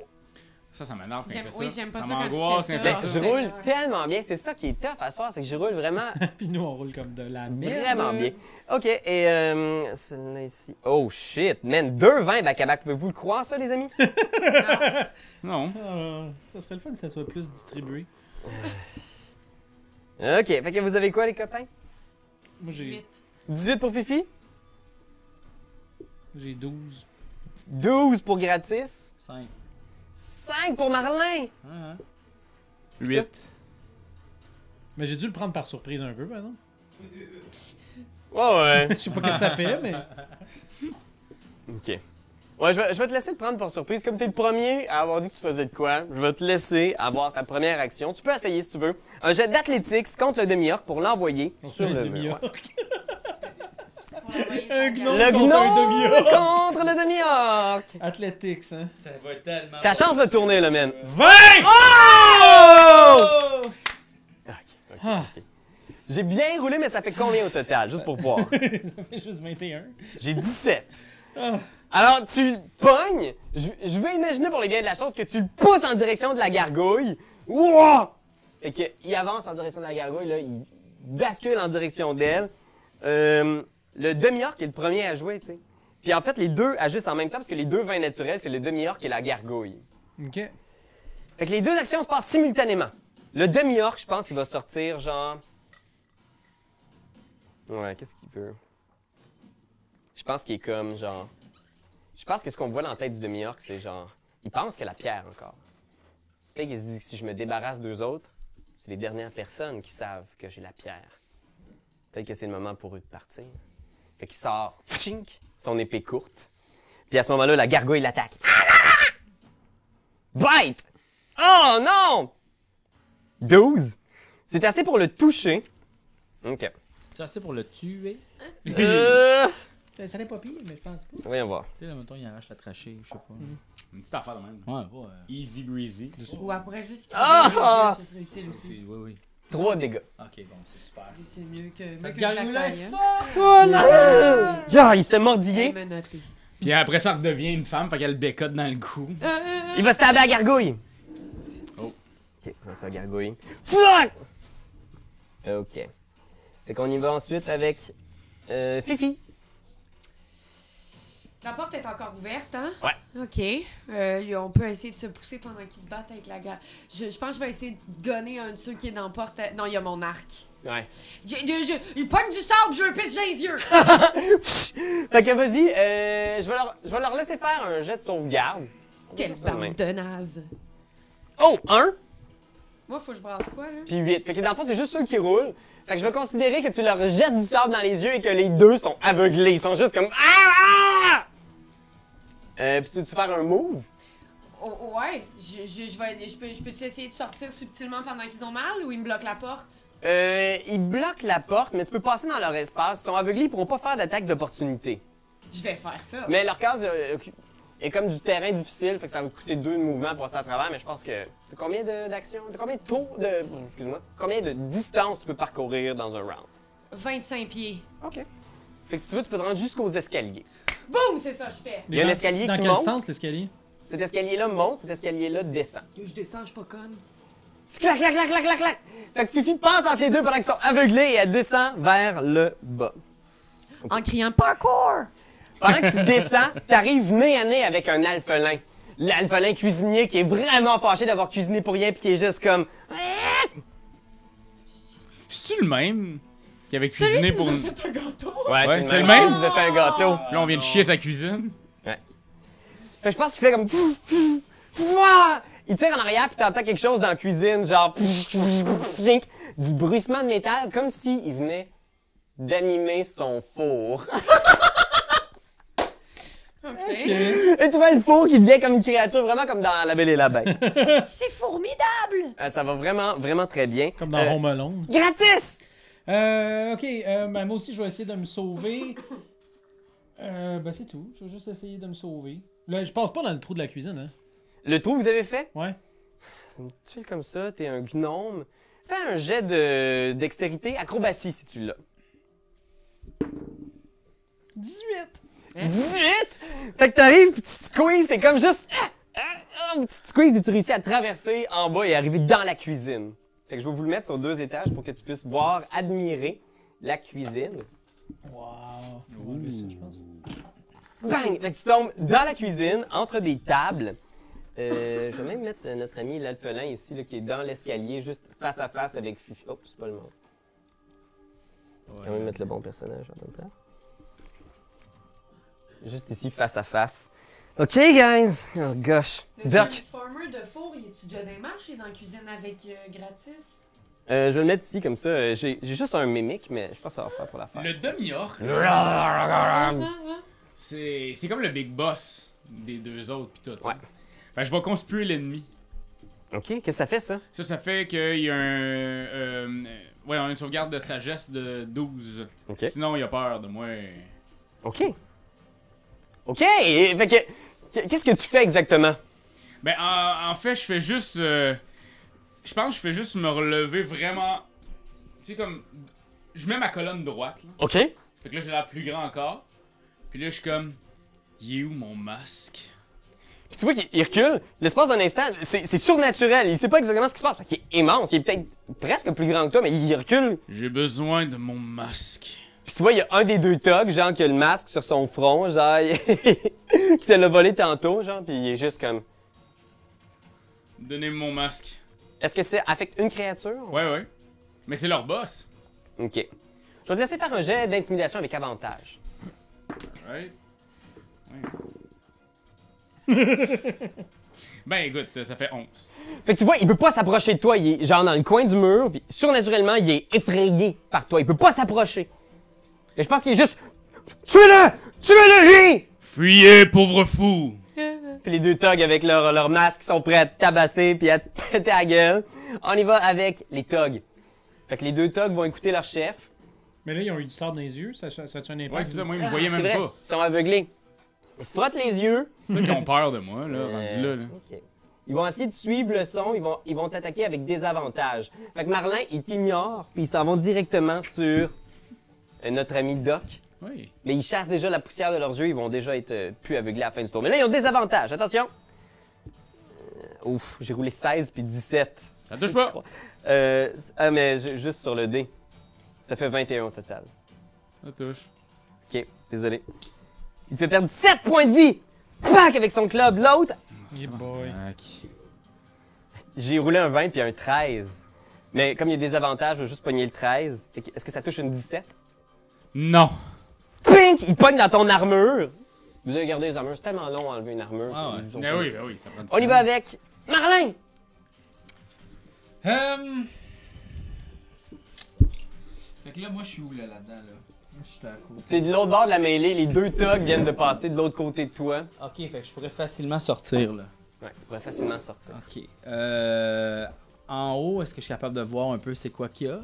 C: Ça, ça m'énerve quand il
E: J'aime-
C: fait ça.
E: oui, j'aime pas ça quand tu
C: m'angoisse
E: fais
C: il
D: Ah,
A: Ben,
E: ça.
A: je
E: c'est
A: roule
E: clair.
A: tellement bien, c'est ça qui est tough à ce soir, c'est que je roule vraiment
B: puis nous, on roule comme de la merde.
A: Vraiment bien. OK, et euh, celle-là ici. Oh shit, man, 2,20 de la cabac. Pouvez-vous le croire, ça, les amis?
C: Non.
B: Ah, ça serait le fun si ça soit plus distribué.
A: OK, fait que vous avez quoi, les copains?
B: Moi, j'ai
E: 18.
A: 18 pour Fifi,
B: j'ai 12.
A: 12 pour Gratis,
C: 5.
A: 5 pour Marlin.
C: 8.
B: Mais j'ai dû le prendre par surprise un peu, par exemple.
A: Ouais, ouais.
B: Je sais pas qu'est-ce que ça fait, mais.
A: OK. Ouais, je vais, je vais te laisser te prendre par surprise. Comme t'es le premier à avoir dit que tu faisais de quoi, je vais te laisser avoir ta première action. Tu peux essayer si tu veux. Un jet d'athlétiques contre le demi-orc pour l'envoyer
B: On
A: sur
B: fait
A: le
B: le
A: mur.
B: demi-orc.
E: Un
B: gnome.
A: Le
B: Contre un
A: gnome
B: demi-orc.
A: contre le demi-orc.
B: Athletics, hein.
C: Ça va tellement.
A: Ta chance va tourner, le man.
B: 20! Oh!
A: Oh!
B: Ah.
A: J'ai bien roulé, mais ça fait combien au total, juste pour voir?
B: Ça fait juste 21.
A: J'ai 17.
B: Ah.
A: Alors, tu le pognes. Je, je vais imaginer pour les biens de la chance que tu le pousses en direction de la gargouille. Ouah! Fait que, il avance en direction de la gargouille, là, il bascule en direction d'elle. Euh, le demi-orc est le premier à jouer, tu sais. Puis en fait, les deux agissent en même temps parce que les deux vins naturels, c'est le demi-orc et la gargouille.
B: Ok.
A: Fait que les deux actions se passent simultanément. Le demi-orc, je pense, il va sortir genre. Ouais, qu'est-ce qu'il veut? Je pense qu'il est comme genre. Je pense que ce qu'on voit dans la tête du demi-orc, c'est genre. Il pense que la pierre encore. Peut-être qu'il se dit que si je me débarrasse d'eux autres, c'est les dernières personnes qui savent que j'ai la pierre. Peut-être que c'est le moment pour eux de partir. Fait qu'il sort, tchink, son épée courte. Puis à ce moment-là, la gargouille l'attaque. Ah, là, là! Bite! Oh non! 12. C'est assez pour le toucher. OK.
C: C'est assez pour le tuer.
A: Euh,
C: Ça n'est pas pire, mais je pense pas.
A: Voyons voir.
C: Tu sais, là, mettons, il arrache la trachée, je sais pas.
F: Une petite affaire de même.
C: Ouais, ouais.
F: Easy breezy.
E: Ou après, juste qu'il
A: Ah!
E: ah! ce serait utile aussi.
C: Oui, oui.
A: 3 dégâts.
C: Ok, bon, c'est super.
E: C'est mieux que. mieux
C: Ça
E: que
C: gagne la
E: je la saille, hein.
C: Toi,
A: Genre, Ah! il se fait
E: Elle
A: mordiller.
E: m'a noté.
F: Puis après, ça redevient une femme, fait qu'elle bécote dans le cou.
A: Il va se taber à la gargouille.
F: Oh.
A: OK, prends ça, gargouille. Fuck! Euh, OK. Fait qu'on y va ensuite avec euh, Fifi.
E: La porte est encore ouverte, hein?
A: Ouais.
E: OK. Euh, on peut essayer de se pousser pendant qu'ils se battent avec la gare. Je, je pense que je vais essayer de gonner un de ceux qui est dans la porte. à- Non, il y a mon arc.
A: Ouais.
E: J'ai- Je, je, il pogne du sable, je le pisse dans les yeux.
A: Fait que vas-y, euh, je, vais leur- je vais leur laisser faire un jet de sauvegarde.
E: Quelle
A: Ça,
E: bande
A: même.
E: de naze.
A: Oh, 1
E: Moi, faut que je brasse quoi, là?
A: puis 8. Fait que dans le fond, c'est juste ceux qui roulent. Fait que je vais considérer que tu leur jettes du sable dans les yeux et que les deux sont aveuglés. Ils sont juste comme. Ah! ah! Euh, puis tu veux faire un move?
E: Oh, oh, ouais. Je, je, je vais, je, peux, je peux-tu essayer de sortir subtilement pendant qu'ils ont mal ou ils me bloquent la porte?
A: Euh, ils bloquent la porte, mais tu peux passer dans leur espace. Ils sont aveuglés, ils pourront pas faire d'attaque d'opportunité.
E: Je vais faire ça.
A: Mais leur case euh, occu- est comme du terrain difficile, fait que ça va vous coûter deux de mouvement pour passer à travers, mais je pense que. T'as combien de- d'actions? T'as combien de tours de. Excuse-moi. Combien de distance tu peux parcourir dans un round?
E: 25 pieds.
A: OK. Fait que si tu veux, tu peux te rendre jusqu'aux escaliers.
E: Boum, c'est ça que je fais.
A: Il y a
B: Dans-
A: l'escalier
B: Dans
A: qui
B: quel
A: monte.
B: sens l'escalier
A: Cet escalier-là monte, cet escalier-là descend.
E: Je descends, je suis pas conne.
A: Clac, clac, clac, clac, clac, clac! Fait que Fifi passe entre les deux pendant qu'ils sont aveuglés et elle descend vers le bas.
E: En criant parkour!
A: Pendant que tu descends, t'arrives nez à nez avec un alphelin. L'alphelin cuisinier qui est vraiment fâché d'avoir cuisiné pour rien puis qui est juste comme
F: C'est-tu le même qui avait
E: Celui
F: cuisiné
E: qui
F: pour.
E: nous a
F: une-
E: fait un gâteau!
A: Ouais,
F: Ouais, c'est le même.
A: qui Vous avez fait un gâteau.
F: Puis là, on vient de chier sa cuisine.
A: Fait que je pense qu'il fait comme Pouf, pouf, pouah! Il tire en arrière puis t'entends quelque chose dans la cuisine, genre pouf, pouf, pouf, flink, du bruissement de métal, comme s'il venait d'animer son four.
E: Ok.
A: Et tu vois le four qui devient comme une créature, vraiment comme dans La Belle et la Bête.
E: C'est formidable!
A: Euh, ça va vraiment, vraiment très bien.
B: Comme dans
A: Euh,
B: Home Alone.
A: Gratis!
B: Euh, ok, euh, ben, moi aussi je vais essayer de me sauver. Euh, ben c'est tout, je vais juste essayer de me sauver. Là, je passe pas dans le trou de la cuisine, hein.
A: Le trou que vous avez fait?
B: Ouais.
A: C'est une tuile comme ça, t'es un gnome. Fais un jet de dextérité, acrobatie si tu l'as.
B: 18!
E: Hein?
A: 18! Fait que t'arrives, pis tu squeezes, t'es comme juste. Ah! Ah! Ah! Puis Tu squeezes et tu réussis à traverser en bas et arriver dans la cuisine. Fait que je vais vous le mettre sur deux étages pour que tu puisses voir, admirer la cuisine.
B: Wow! On va enlever ça, je pense.
A: Bang! Fait que tu tombes dans la cuisine, entre des tables. Euh, je vais même mettre euh, notre ami l'alphelin ici, là, qui est dans l'escalier, juste face à face avec Fifi. Hop, c'est pas le mort. Je vais même mettre le bon personnage en bonne place. Juste ici, face à face. OK, guys! Oh, gosh.
E: Le
A: Doc,
E: farmer de four, il est-tu déjà des marches et dans la cuisine avec euh, gratis?
A: euh, je vais le mettre ici, comme ça. euh, J'ai j'ai juste un mimique, mais je pense que ça va faire pour la faire.
F: Le demi-orc,
A: Ah
F: c'est c'est comme le big boss des deux autres, pis tout. hein.
A: Ouais.
F: Fait que je vais conspuer l'ennemi.
A: OK, qu'est-ce que ça fait, ça?
F: Ça, ça fait qu'il y a un. euh, euh, ouais, on a une sauvegarde de sagesse de 12.
A: Ok.
F: Sinon, il a peur de moi.
A: OK. OK! et- fait que- Qu'est-ce que tu fais exactement?
F: Ben, en, en fait, je fais juste. euh, je pense que je fais juste me relever vraiment. Tu sais, comme. Je mets ma colonne droite, là.
A: OK.
F: Fait que là, j'ai l'air plus grand encore. Puis là, je suis comme. Il est où mon masque?
A: Puis tu vois qu'il il recule. L'espace d'un instant, c'est c'est surnaturel. Il sait pas exactement ce qui se passe. Parce qu'il est immense. Il est peut-être presque plus grand que toi, mais il recule.
F: J'ai besoin de mon masque.
A: Puis tu vois, il y a un des deux togs, genre, qui a le masque sur son front, genre, qui te l'a volé tantôt, genre, puis il est juste comme.
D: Donnez-moi mon masque.
A: Est-ce que ça affecte une créature?
D: Ouais, ouais. Mais c'est leur boss.
A: OK. Je vais te laisser faire un jet d'intimidation avec avantage.
D: Right? Ouais. ben écoute, ça fait 11.
A: Fait que tu vois, il peut pas s'approcher de toi. Il est genre dans le coin du mur, puis surnaturellement, il est effrayé par toi. Il peut pas s'approcher. Et je pense qu'il est juste. Tuez-le! Tuez-le, lui!
D: Fuyez, pauvre fou!
A: Puis les deux thugs avec leur, leur masque sont prêts à te tabasser puis à te péter la gueule. On y va avec les thugs. Fait que les deux thugs vont écouter leur chef.
B: Mais là, ils ont eu du sable dans les yeux, ça, ça, ça a-tu un
D: Ouais,
B: impact?
D: c'est ça, moi, ils me voyaient
A: Ah, C'est
D: même
A: vrai,
D: pas.
A: ils sont aveuglés. Ils se frottent les yeux.
D: C'est ça qu'ils ont peur de moi, là, rendu là. là.
A: Euh, OK. Ils vont essayer de suivre le son, ils vont ils vont t'attaquer avec des avantages. Fait que Marlin, ils t'ignorent, puis ils s'en vont directement sur euh, notre ami Doc.
D: Oui.
A: Mais ils chassent déjà la poussière de leurs yeux, ils vont déjà être euh, plus aveuglés à la fin du tour. Mais là, ils ont des avantages, attention! Euh, Ouf, j'ai roulé 16 puis 17.
D: Ça touche pas.
A: Euh, c- ah, mais ju- juste sur le dé. Ça fait 21 au total.
D: Ça touche.
A: Ok, désolé. Il te fait perdre 7 points de vie! Pac avec son club, l'autre!
B: Yeah, boy.
D: Ok.
A: J'ai roulé un 20 puis un 13. Mais comme il y a des avantages, je vais juste pogner le 13. Fait que- Est-ce que ça touche une 17?
D: Non.
A: Pink! Il pogne dans ton armure! Vous avez gardé les armures, c'est tellement long à enlever une armure.
D: Ah ouais.
A: Ils ont-
D: Ben oui, ben oui, ça prend du
A: On y
D: temps.
A: va avec Marlin!
C: Hum.
F: Fait que là, moi, je suis où là, là-dedans, là? Moi, je suis à côté.
A: T'es de l'autre bord de la mêlée, les deux thugs viennent de passer de l'autre côté de toi.
C: Ok, fait que je pourrais facilement sortir là.
A: Ouais, tu pourrais facilement sortir.
C: Ok. Euh, en haut, est-ce que je suis capable de voir un peu c'est quoi qu'il y a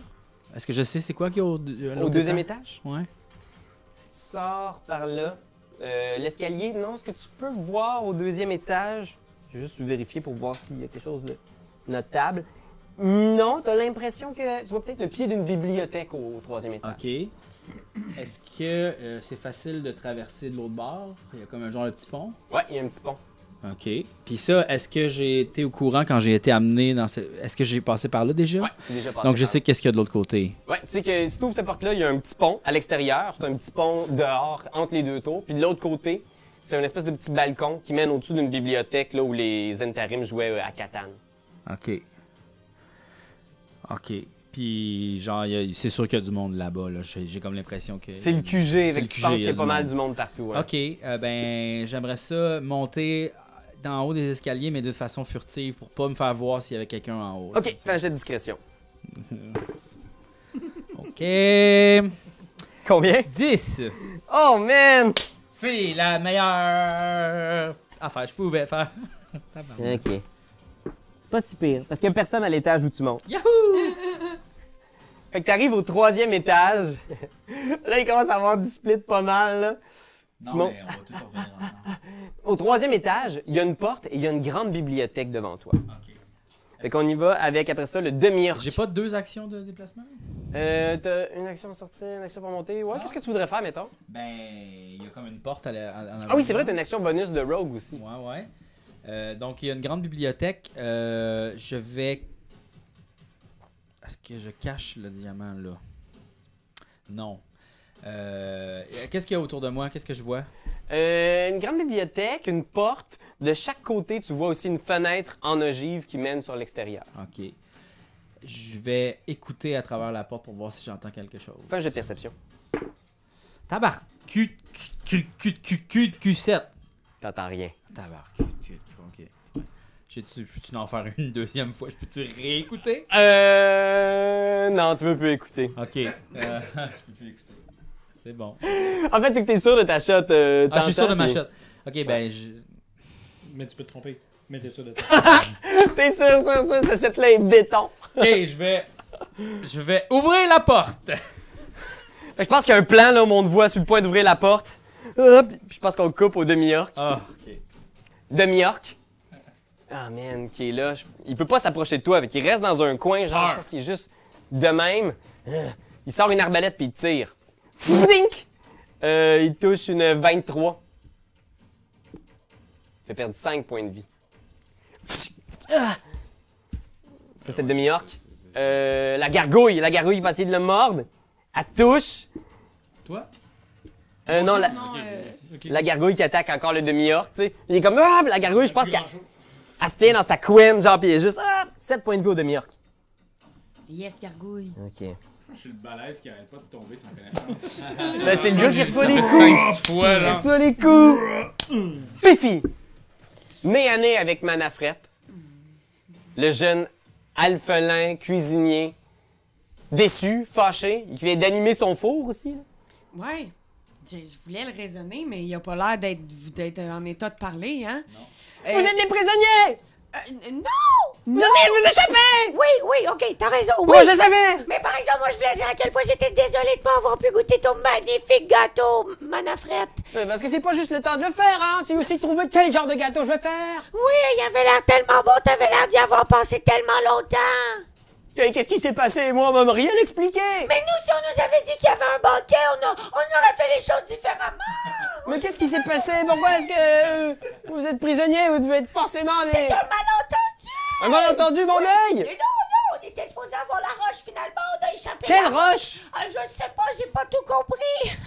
C: Est-ce que je sais c'est quoi qu'il y a au, à l'autre
A: Au deuxième
C: étage?
A: étage,
C: Ouais.
A: si tu sors par là, euh, l'escalier, non, ce que tu peux voir au deuxième étage, j'ai juste vérifié pour voir s'il y a quelque chose de notable. Non, t'as l'impression que tu vois peut-être le pied d'une bibliothèque au, au troisième étage.
C: Ok. Est-ce que euh, c'est facile de traverser de l'autre bord Il y a comme un genre de petit pont.
A: Ouais, il y a un petit pont.
C: Ok. Puis ça, est-ce que j'ai été au courant quand j'ai été amené dans ce. Est-ce que j'ai passé par là déjà
A: Ouais, il est déjà passé
C: Donc je
A: par
C: sais qu'est-ce qu'il y a de l'autre côté.
A: là. Ouais, tu sais que si tu ouvres cette porte-là, il y a un petit pont à l'extérieur. C'est un petit pont dehors, entre les deux tours. Puis de l'autre côté, c'est une espèce de petit balcon qui mène au-dessus d'une bibliothèque là, où les Zentarim jouaient euh, à Catane.
C: Ok. Ok. Puis genre, il y a- c'est sûr qu'il y a du monde là-bas. Là. J'ai j'ai comme l'impression que.
A: C'est le QG,
C: C'est
A: fait
C: le
A: que tu
C: QG,
A: penses
C: il y
A: qu'il
C: a
A: y a
C: du
A: pas mal
C: monde.
A: du monde partout. ouais.
C: Ok, euh, ben j'aimerais ça monter d'en haut des escaliers, mais de façon furtive pour pas me faire voir s'il y avait quelqu'un en haut. là,
A: Ok,
C: tu
A: fais un jet de discrétion.
C: sais. Ok.
A: Combien?
C: 10.
A: Oh man!
C: C'est la meilleure affaire que je pouvais faire.
A: Ok. C'est pas si pire, parce qu'il y a personne à l'étage où tu montes.
C: Yahoo!
A: Fait que t'arrives au troisième étage. là, il commence à avoir du split pas mal, là.
F: Non,
A: Simon.
F: mais on va tout revenir ensemble.
A: Au troisième étage, il y a une porte et il y a une grande bibliothèque devant toi.
F: Ok.
A: Fait qu'on y va avec, après ça, le demi-orc.
C: J'ai pas deux actions de déplacement?
A: Euh, t'as une action à sortir, une action pour monter. Ouais, qu'est-ce que tu voudrais faire, mettons?
C: Ben, il y a comme une porte à la, en- en
A: Ah oui, c'est vrai,
C: avant.
A: t'as une action bonus de rogue aussi.
C: Ouais, ouais. Euh, donc, il y a une grande bibliothèque. Euh, je vais. Est-ce que je cache le diamant là Non. Euh, Qu'est-ce qu'il y a autour de moi Qu'est-ce que je vois
A: Euh, une grande bibliothèque, une porte. De chaque côté, tu vois aussi une fenêtre en ogive qui mène sur l'extérieur.
C: Ok. Je vais écouter à travers la porte pour voir si j'entends quelque chose.
A: Fais un jet de perception.
C: Tabarc Q, Q, Q, Q, Q, Q7
A: T'entends rien.
C: Tabarc Q, Q, ok. J'ai-tu- Peux-tu en faire une deuxième fois Je peux-tu réécouter
A: Euh. Non, tu peux plus écouter.
C: Ok. Euh, je peux plus écouter. C'est bon.
A: En fait, c'est que t'es sûr de ta shot. euh,
C: Ah, je suis
A: t'entends,
C: sûr de ma
A: puis-
C: shot. Ok, ben, je...
B: Mais tu peux te tromper. Mettez ça de toi.
A: T'es sûr, sûr, sûr, ça cette là est béton.
C: ok, je vais. Je vais ouvrir la porte.
A: Fait que je pense qu'il y a un plan, là, où on te voit sur le point d'ouvrir la porte. Hop, puis je pense qu'on coupe au demi-orc.
C: Ah, ok.
A: Demi-orc. Ah, man, qui est là. je- Il peut pas s'approcher de toi, avec. Il reste dans un coin, genre,
D: Ah.
A: je pense qu'il est juste de même. Euh, Il sort une arbalète puis il tire. Flink! Euh, il touche une 23. Il fait perdre 5 points de vie. Ah! Ça, c'était demi-orc. Euh, la gargouille, la gargouille va essayer de le mordre. Elle touche.
C: Toi?
A: Euh, non, la,
E: Non, euh,
A: la gargouille qui attaque encore le demi-orc, tu sais. Il est comme, ah, la gargouille, je pense qu'elle Elle se tient dans sa couenne, genre, puis elle est juste, ah, 7 points de vue au demi-orc.
E: Yes, gargouille.
A: OK.
D: Je suis le balèze qui arrête pas de tomber sans connaissance.
A: Là, Ben, c'est le gars qui reçoit des coups.
D: 5-6 fois,
A: Qui
D: là.
A: reçoit les coups. Fifi. Nez à nez avec Manafrette, le jeune alphelin cuisinier, déçu, fâché, qui vient d'animer son four aussi. là.
E: Ouais. Je, je voulais le raisonner, mais il a pas l'air d'être, d'être en état de parler, hein? Euh,
A: Vous êtes des prisonniers!
E: euh, non!
A: Vous allez vous échapper!
E: Oui, oui, ok, t'as raison, oui!
A: Moi, je savais!
E: Mais par exemple, moi, je voulais dire à quel point j'étais désolée de pas avoir pu goûter ton magnifique gâteau, manafrette.
A: Euh, Parce que c'est pas juste le temps de le faire, hein! C'est aussi de trouver quel genre de gâteau je vais faire!
E: Oui, il avait l'air tellement beau, t'avais l'air d'y avoir pensé tellement longtemps.
A: Et Qu'est-ce qui s'est passé? Moi, on m'a rien expliqué!
E: Mais nous, si on nous avait dit qu'il y avait un banquet, on, a- on aurait fait les choses différemment.
A: Mais qu'est-ce qui s'est passé? Pourquoi est-ce que euh, vous êtes prisonnier? Vous devez être forcément
E: C'est
A: des...
E: un malentendu.
A: Un malentendu, mon
E: Et
A: œil!
E: non, non, on était supposé avoir la roche, finalement, on a échappé
A: Quelle
E: la
A: roche!
E: Ah, je sais pas, j'ai pas tout compris.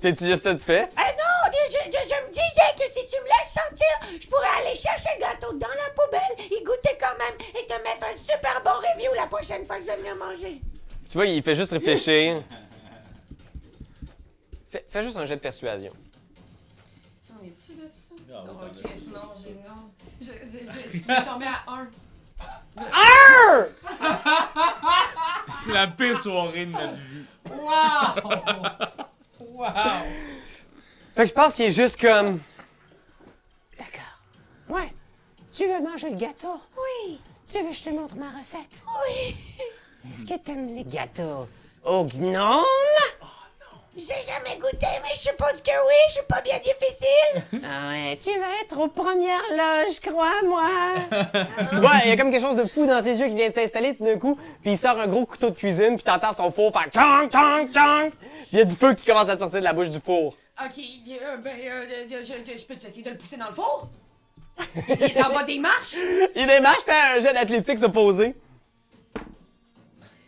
A: T'es-tu juste satisfait?
E: Ah non, je, je- je me disais que si tu me laisses sortir, je pourrais aller chercher le gâteau dans la poubelle, y goûter quand même et te mettre un super bon review la prochaine fois que je vais venir manger.
A: Tu vois, il fait juste réfléchir. Fais, fais juste un jet de persuasion.
G: J'en ai-tu de ça?
D: Ah, oui,
G: ok,
D: t'en as.
G: sinon, j'ai. Oh, Non. Je, je, je, je vais tomber à 1.
D: C'est la pire soirée de notre vie.
A: Fait que je pense qu'il est juste comme. D'accord. Ouais. Tu veux manger le gâteau? Oui. Tu veux que je te montre ma recette? Oui. Est-ce que t'aimes les gâteaux? Oh gnome!
E: J'ai jamais goûté, mais je suppose que oui, je suis pas bien difficile.
A: Ah ouais, tu vas être aux premières loges, crois-moi! tu vois, il y a comme quelque chose de fou dans ses yeux qui vient de s'installer tout d'un coup, puis il sort un gros couteau de cuisine, puis t'entends son four faire chang, chang, chang! Puis il y a du feu qui commence à sortir de la bouche du four.
G: Ok, euh, ben, euh, je, je, je peux essayer de le pousser dans le four? Il est en bas des marches?
A: Il démarche, fait un jet d'athlétique s'opposer.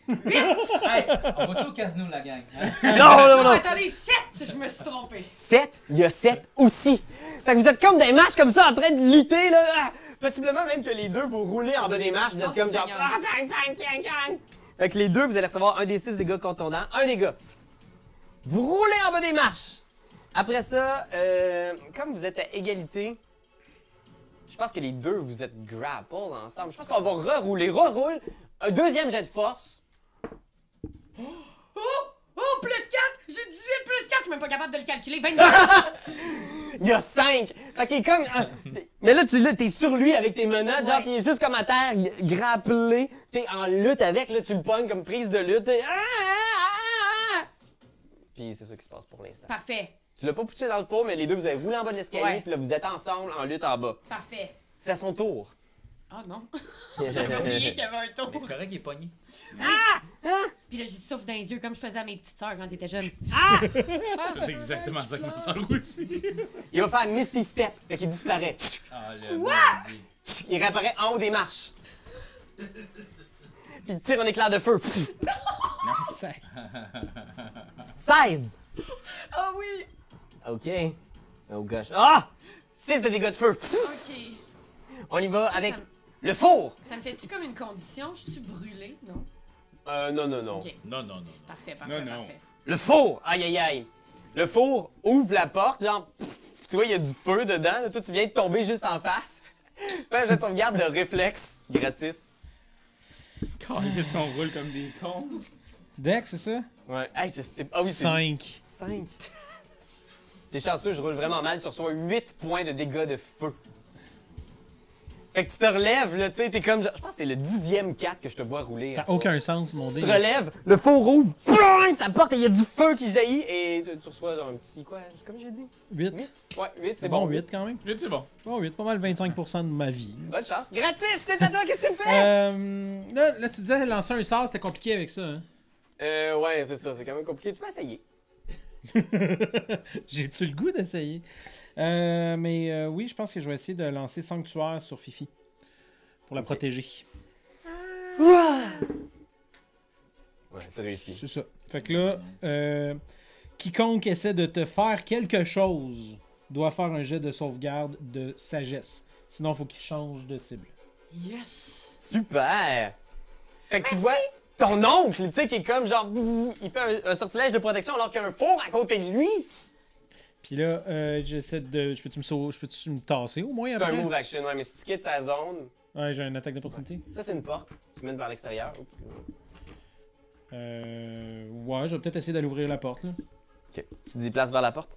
F: Hey, on va-tu au casino, la gang?
C: hein?
A: Non, non,
G: Non,
A: non!
G: attendez, 7! Je me suis trompée.
A: 7, il y a 7 aussi. Fait que vous êtes comme des marches comme ça en train de lutter, là. Ah! Possiblement même que les deux vous roulez en bas des marches, vous êtes
G: Oh,
A: comme genre.
G: Seigneur.
A: Ah, bang, bang, bang, bang. Fait que les deux, vous allez recevoir un des six dégâts contondants, un dégât. Vous roulez en bas des marches. Après ça, euh, comme vous êtes à égalité, je pense que les deux, vous êtes grapple ensemble. Je pense qu'on va rerouler, reroule. Un deuxième jet de force.
G: Oh! Oh, plus 4! J'ai 18 plus 4! Je suis même pas capable de le calculer. 22!
A: Il y a cinq! Fait qu'il est comme. euh, Mais là, tu là, t'es sur lui avec tes menottes, genre,
G: Ouais.
A: pis il est juste comme à terre, g- grappelé. T'es en lutte avec, là, tu le pognes comme prise de lutte. t'es- Ah, ah, ah, ah. Puis c'est ça qui se passe pour l'instant.
G: Parfait.
A: Tu l'as pas poussé dans le four, mais les deux, vous avez roulé en bas de l'escalier,
G: Ouais.
A: puis là, vous êtes ensemble en lutte en bas.
G: Parfait.
A: C'est à son tour.
G: Ah non. J'avais oublié qu'il y avait un tour.
F: Mais c'est correct, il est pogné.
G: Puis là, j'ai souffle dans les yeux comme je faisais à mes petites sœurs quand t'étais jeune.
D: C'est exactement ça que ma soeur aussi.
A: Il va faire Misty Step, fait qu'il disparaît.
D: Ah, le maudit.
A: Il réapparaît en haut des marches. Puis il tire un éclair de feu. 16!
G: Ah oui!
A: OK. Oh gosh. Ah! 6 de dégâts de feu.
G: Ok.
A: On y va avec
G: ça me-
A: le four.
G: Ça me fait-tu comme une condition? Je suis brûlée? Non.
A: Euh, non, non, non.
G: Ok.
D: Ah, Non, non, non. non.
G: Parfait, parfait,
D: Non, non.
G: parfait.
A: Le four. Aïe, aïe, aïe. Le four ouvre la porte, genre... pff, tu vois, il y a du feu dedans. là. Toi, tu viens de tomber juste en face. Ben, Fais un jeu de sauvegarde de réflexe gratis.
D: Qu'est-ce qu'on roule comme des cons?
B: Deck, c'est ça?
A: Ouais. Hey, je sais pas. Ah oui, c'est
B: 5.
A: 5. T'es chanceux, je roule vraiment mal. Tu reçois 8 points de dégâts de feu. Fait que tu te relèves, là, tu sais, t'es comme... genre- Je pense que c'est le dixième 4 que je te vois rouler. à
B: Ça n'a
A: soir.
B: aucun sens, mon
A: Tu
B: dé.
A: te relèves, le four ouvre, ploing, ça porte et il y a du feu qui jaillit et tu, tu reçois un petit quoi, comme j'ai dit?
B: 8.
A: Ouais, 8,
B: C'est
A: c'est
B: bon,
A: bon.
B: 8 quand même.
D: Mais c'est bon.
B: Bon, 8, pas mal 25% de ma vie.
A: Bonne chance. Gratis, c'est à toi, qu'est-ce que tu fais?
B: Euh, là, là, tu disais lancer un sort, c'était compliqué avec ça. Hein?
A: Euh, ouais, c'est ça, c'est quand même compliqué. Tu peux essayer.
B: J'ai-tu le goût d'essayer? Euh, mais euh, oui, je pense que je vais essayer de lancer Sanctuaire sur Fifi pour la protéger.
A: Ouais, c'est réussi.
B: C'est ça. Fait que là, euh, quiconque essaie de te faire quelque chose doit faire un jet de sauvegarde de sagesse. Sinon, il faut qu'il change de cible.
C: Yes!
A: Super! Fait que tu vois ton oncle, tu sais, qui est comme genre. Il fait un, un sortilège de protection alors qu'il y a un four à côté de lui!
B: Puis là, euh, j'essaie de. Je peux-tu me, sau- je peux-tu me tasser au moins
A: C'est un
B: après?
A: move action, ouais, mais si tu quittes sa zone,
B: Ouais, j'ai une attaque d'opportunité.
A: ça c'est une porte. Tu mènes vers l'extérieur.
B: Euh, ouais, je vais peut-être essayer d'aller ouvrir la porte, là.
A: Ok. Tu dis place vers la porte.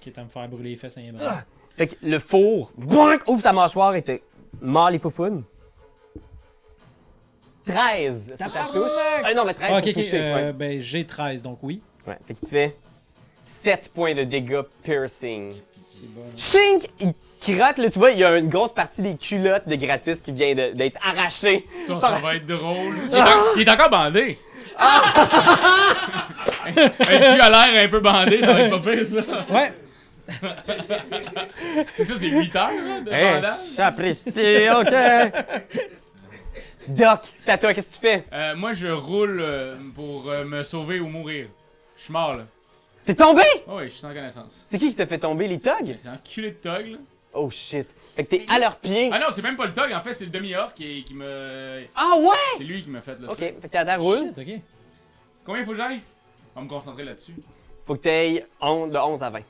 B: Qui est à me faire brûler les fesses à un bras. Ah,
A: Fait que le four, boink, ouvre sa mâchoire et te mord les foufounes. 13! Est-ce que ça touche? Ah non, mais 13
B: Ah, ok,
A: pour
B: ok.
A: toucher,
B: euh,
A: ouais.
B: Ben, j'ai 13, donc oui.
A: Ouais, Fait qu'il te fait 7 points de dégâts piercing.
B: C'est bon.
A: Chink! Il crotte, là, tu vois, il y a une grosse partie des culottes de gratis qui vient de- d'être arrachée.
D: Ça, ça va être drôle.
A: Ah.
D: Il est, en- il est encore bandé.
A: Ah.
D: Un Dieu a l'air un peu bandé, ça va être pas pire, ça.
B: Ouais!
D: C'est ça, c'est 8 heures là, de
A: Hey,
D: bandage.
A: j'apprécie, ok! Doc, c'est à toi, qu'est-ce que tu fais?
D: Euh, moi, je roule euh, pour euh, me sauver ou mourir. Je suis mort, là.
A: T'es tombé!
D: Oh, ouais, je suis sans connaissance.
A: C'est qui qui t'a fait tomber, les togs?
D: C'est un culé de tog, là.
A: Oh shit! Fait que t'es à leurs pieds.
D: Ah non, c'est même pas le tog, en fait, c'est le demi-orc qui, qui me.
A: Ah ouais!
D: C'est lui qui m'a fait le
A: Ok,
D: truc.
A: fait que t'es à ta roule.
B: Shit, ok.
D: Combien faut que j'aille On va me concentrer là-dessus.
A: Faut que t'ailles on- de 11 à 20.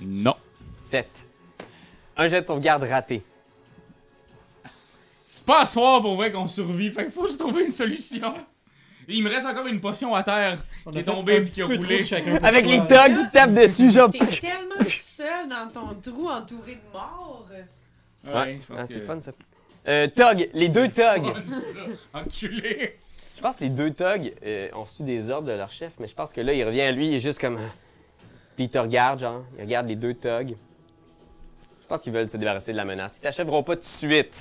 D: Non.
A: 7. Un jet de sauvegarde raté.
D: C'est pas à soir pour vrai qu'on survit, fait qu'il faut se trouver une solution. Et il me reste encore une potion à terre
B: On
D: qui
B: a
D: est
B: fait
D: tombée
B: un
D: puis qui a
B: petit peu trop de
D: roulé.
B: chacun pour
A: Avec
B: soi.
A: les togs qui tapent dessus, genre.
G: T'es tellement seul dans ton trou entouré de morts.
D: Ouais, je pense
A: Ah,
D: que...
A: c'est fun ça. Euh, Tog, les deux Togs.
D: ça. Enculé.
A: Je pense que les deux Togs euh, ont reçu des ordres de leur chef, mais je pense que là, il revient à lui, il est juste comme. euh, Puis il te regarde, genre. Il regarde les deux Togs. Je pense qu'ils veulent se débarrasser de la menace. Ils t'achèveront pas tout de suite.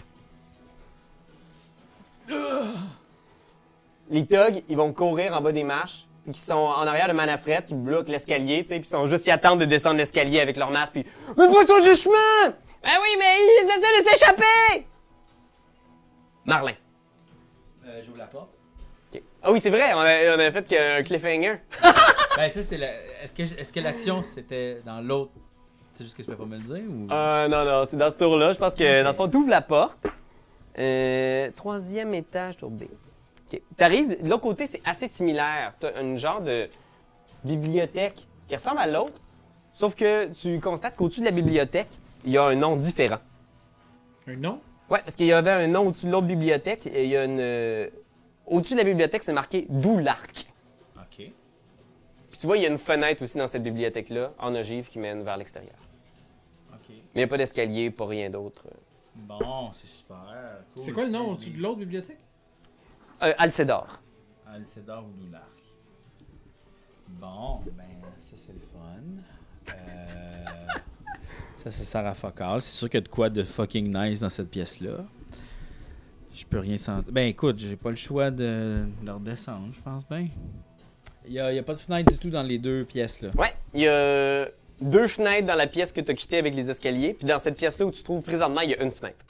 A: Les Togs, ils vont courir en bas des marches, puis qui sont en arrière de Manafred, qui bloquent l'escalier, tu sais, puis ils sont juste y attendre de descendre l'escalier avec leur masque, puis. Mais pousse-toi du chemin! Ben oui, mais ils essaient de s'échapper! Marlin.
C: Euh, J'ouvre la porte.
A: Ok. Ah oui, c'est vrai, on a, on a fait que- un cliffhanger.
C: Ben, ça, c'est la. Est-ce que, est que l'action, c'était dans l'autre? C'est juste que tu peux pas me le dire ou.
A: Euh, non, non, c'est dans ce tour-là. Je pense que, dans le fond, t'ouvres la porte. Euh, troisième étage, tour B. Ok. T'arrives, de l'autre côté, c'est assez similaire. T'as une genre de bibliothèque qui ressemble à l'autre, sauf que tu constates qu'au-dessus de la bibliothèque, il y a un nom différent.
B: Un nom?
A: Ouais, parce qu'il y avait un nom au-dessus de l'autre bibliothèque, et il y a une... euh, Au-dessus de la bibliothèque, c'est marqué « D'où l'arc ».
C: Ok.
A: Puis tu vois, il y a une fenêtre aussi dans cette bibliothèque-là, en ogive, qui mène vers l'extérieur.
C: Ok.
A: Mais il n'y a pas d'escalier, pas rien d'autre.
C: Bon, c'est super. cool.
B: C'est quoi le nom au-dessus de l'autre bibliothèque?
A: Euh, Alcédor.
C: Alcédor ou Doularc. Bon, ben, ça c'est le fun. Euh, ça c'est Sarah Focal. C'est sûr qu'il y a de quoi de fucking nice dans cette pièce-là. Je peux rien sentir. Ben écoute, j'ai pas le choix de leur descendre, je pense bien. Il y a, il y a pas de fenêtre du tout dans les deux pièces là.
A: Ouais, il y a deux fenêtres dans la pièce que tu as quittée avec les escaliers. Puis dans cette pièce-là où tu te trouves présentement, il y a une fenêtre.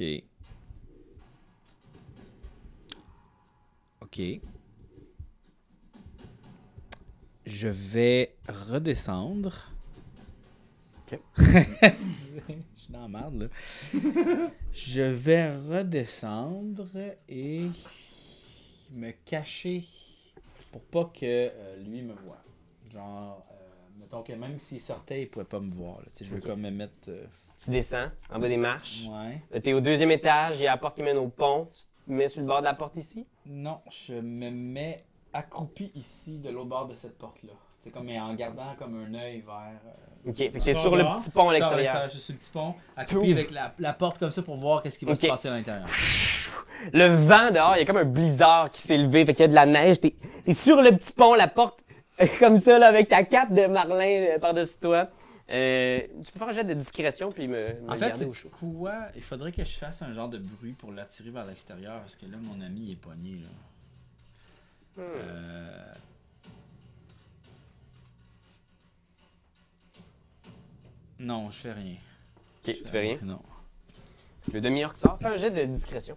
C: Ok. Ok. Je vais redescendre.
A: Ok.
C: Je suis dans la merde, là. Je vais redescendre et me cacher pour pas que euh, lui me voie. Genre, euh, mettons que même s'il sortait, il pourrait pas me voir. là. Tu sais, Je veux comme me mettre. euh,
A: Tu descends en bas des marches.
C: ouais.
A: Tu es au deuxième étage, il y a la porte qui mène au pont. Tu te mets sur le bord de la porte ici.
C: Non, je me mets accroupi ici de l'autre bord de cette porte-là. C'est comme mais en gardant comme un œil vers. euh,
A: OK, fait que t'es
B: Sors
A: sur le
B: dehors.
A: petit pont à
C: je sors
A: l'extérieur.
C: Je suis sur le petit pont,
A: Tout.
C: accroupi avec la, la porte comme ça pour voir qu'est-ce qui va
A: Ok.
C: se passer à l'intérieur.
A: Le vent dehors, il y a comme un blizzard qui s'est levé, fait qu'il y a de la neige. T'es t'es sur le petit pont, la porte est comme ça, là, avec ta cape de Marlin euh, par-dessus toi. Euh, tu peux faire un jet de discrétion puis me, me
C: En fait,
A: garder au
C: c'est
A: chaud.
C: quoi Il faudrait que je fasse un genre de bruit pour l'attirer vers l'extérieur parce que là, mon ami il est pogné. Là. Euh, Non, je fais rien.
A: OK, tu fais rien.
C: Non.
A: Le demi-heure qui sort, fais un jet de discrétion.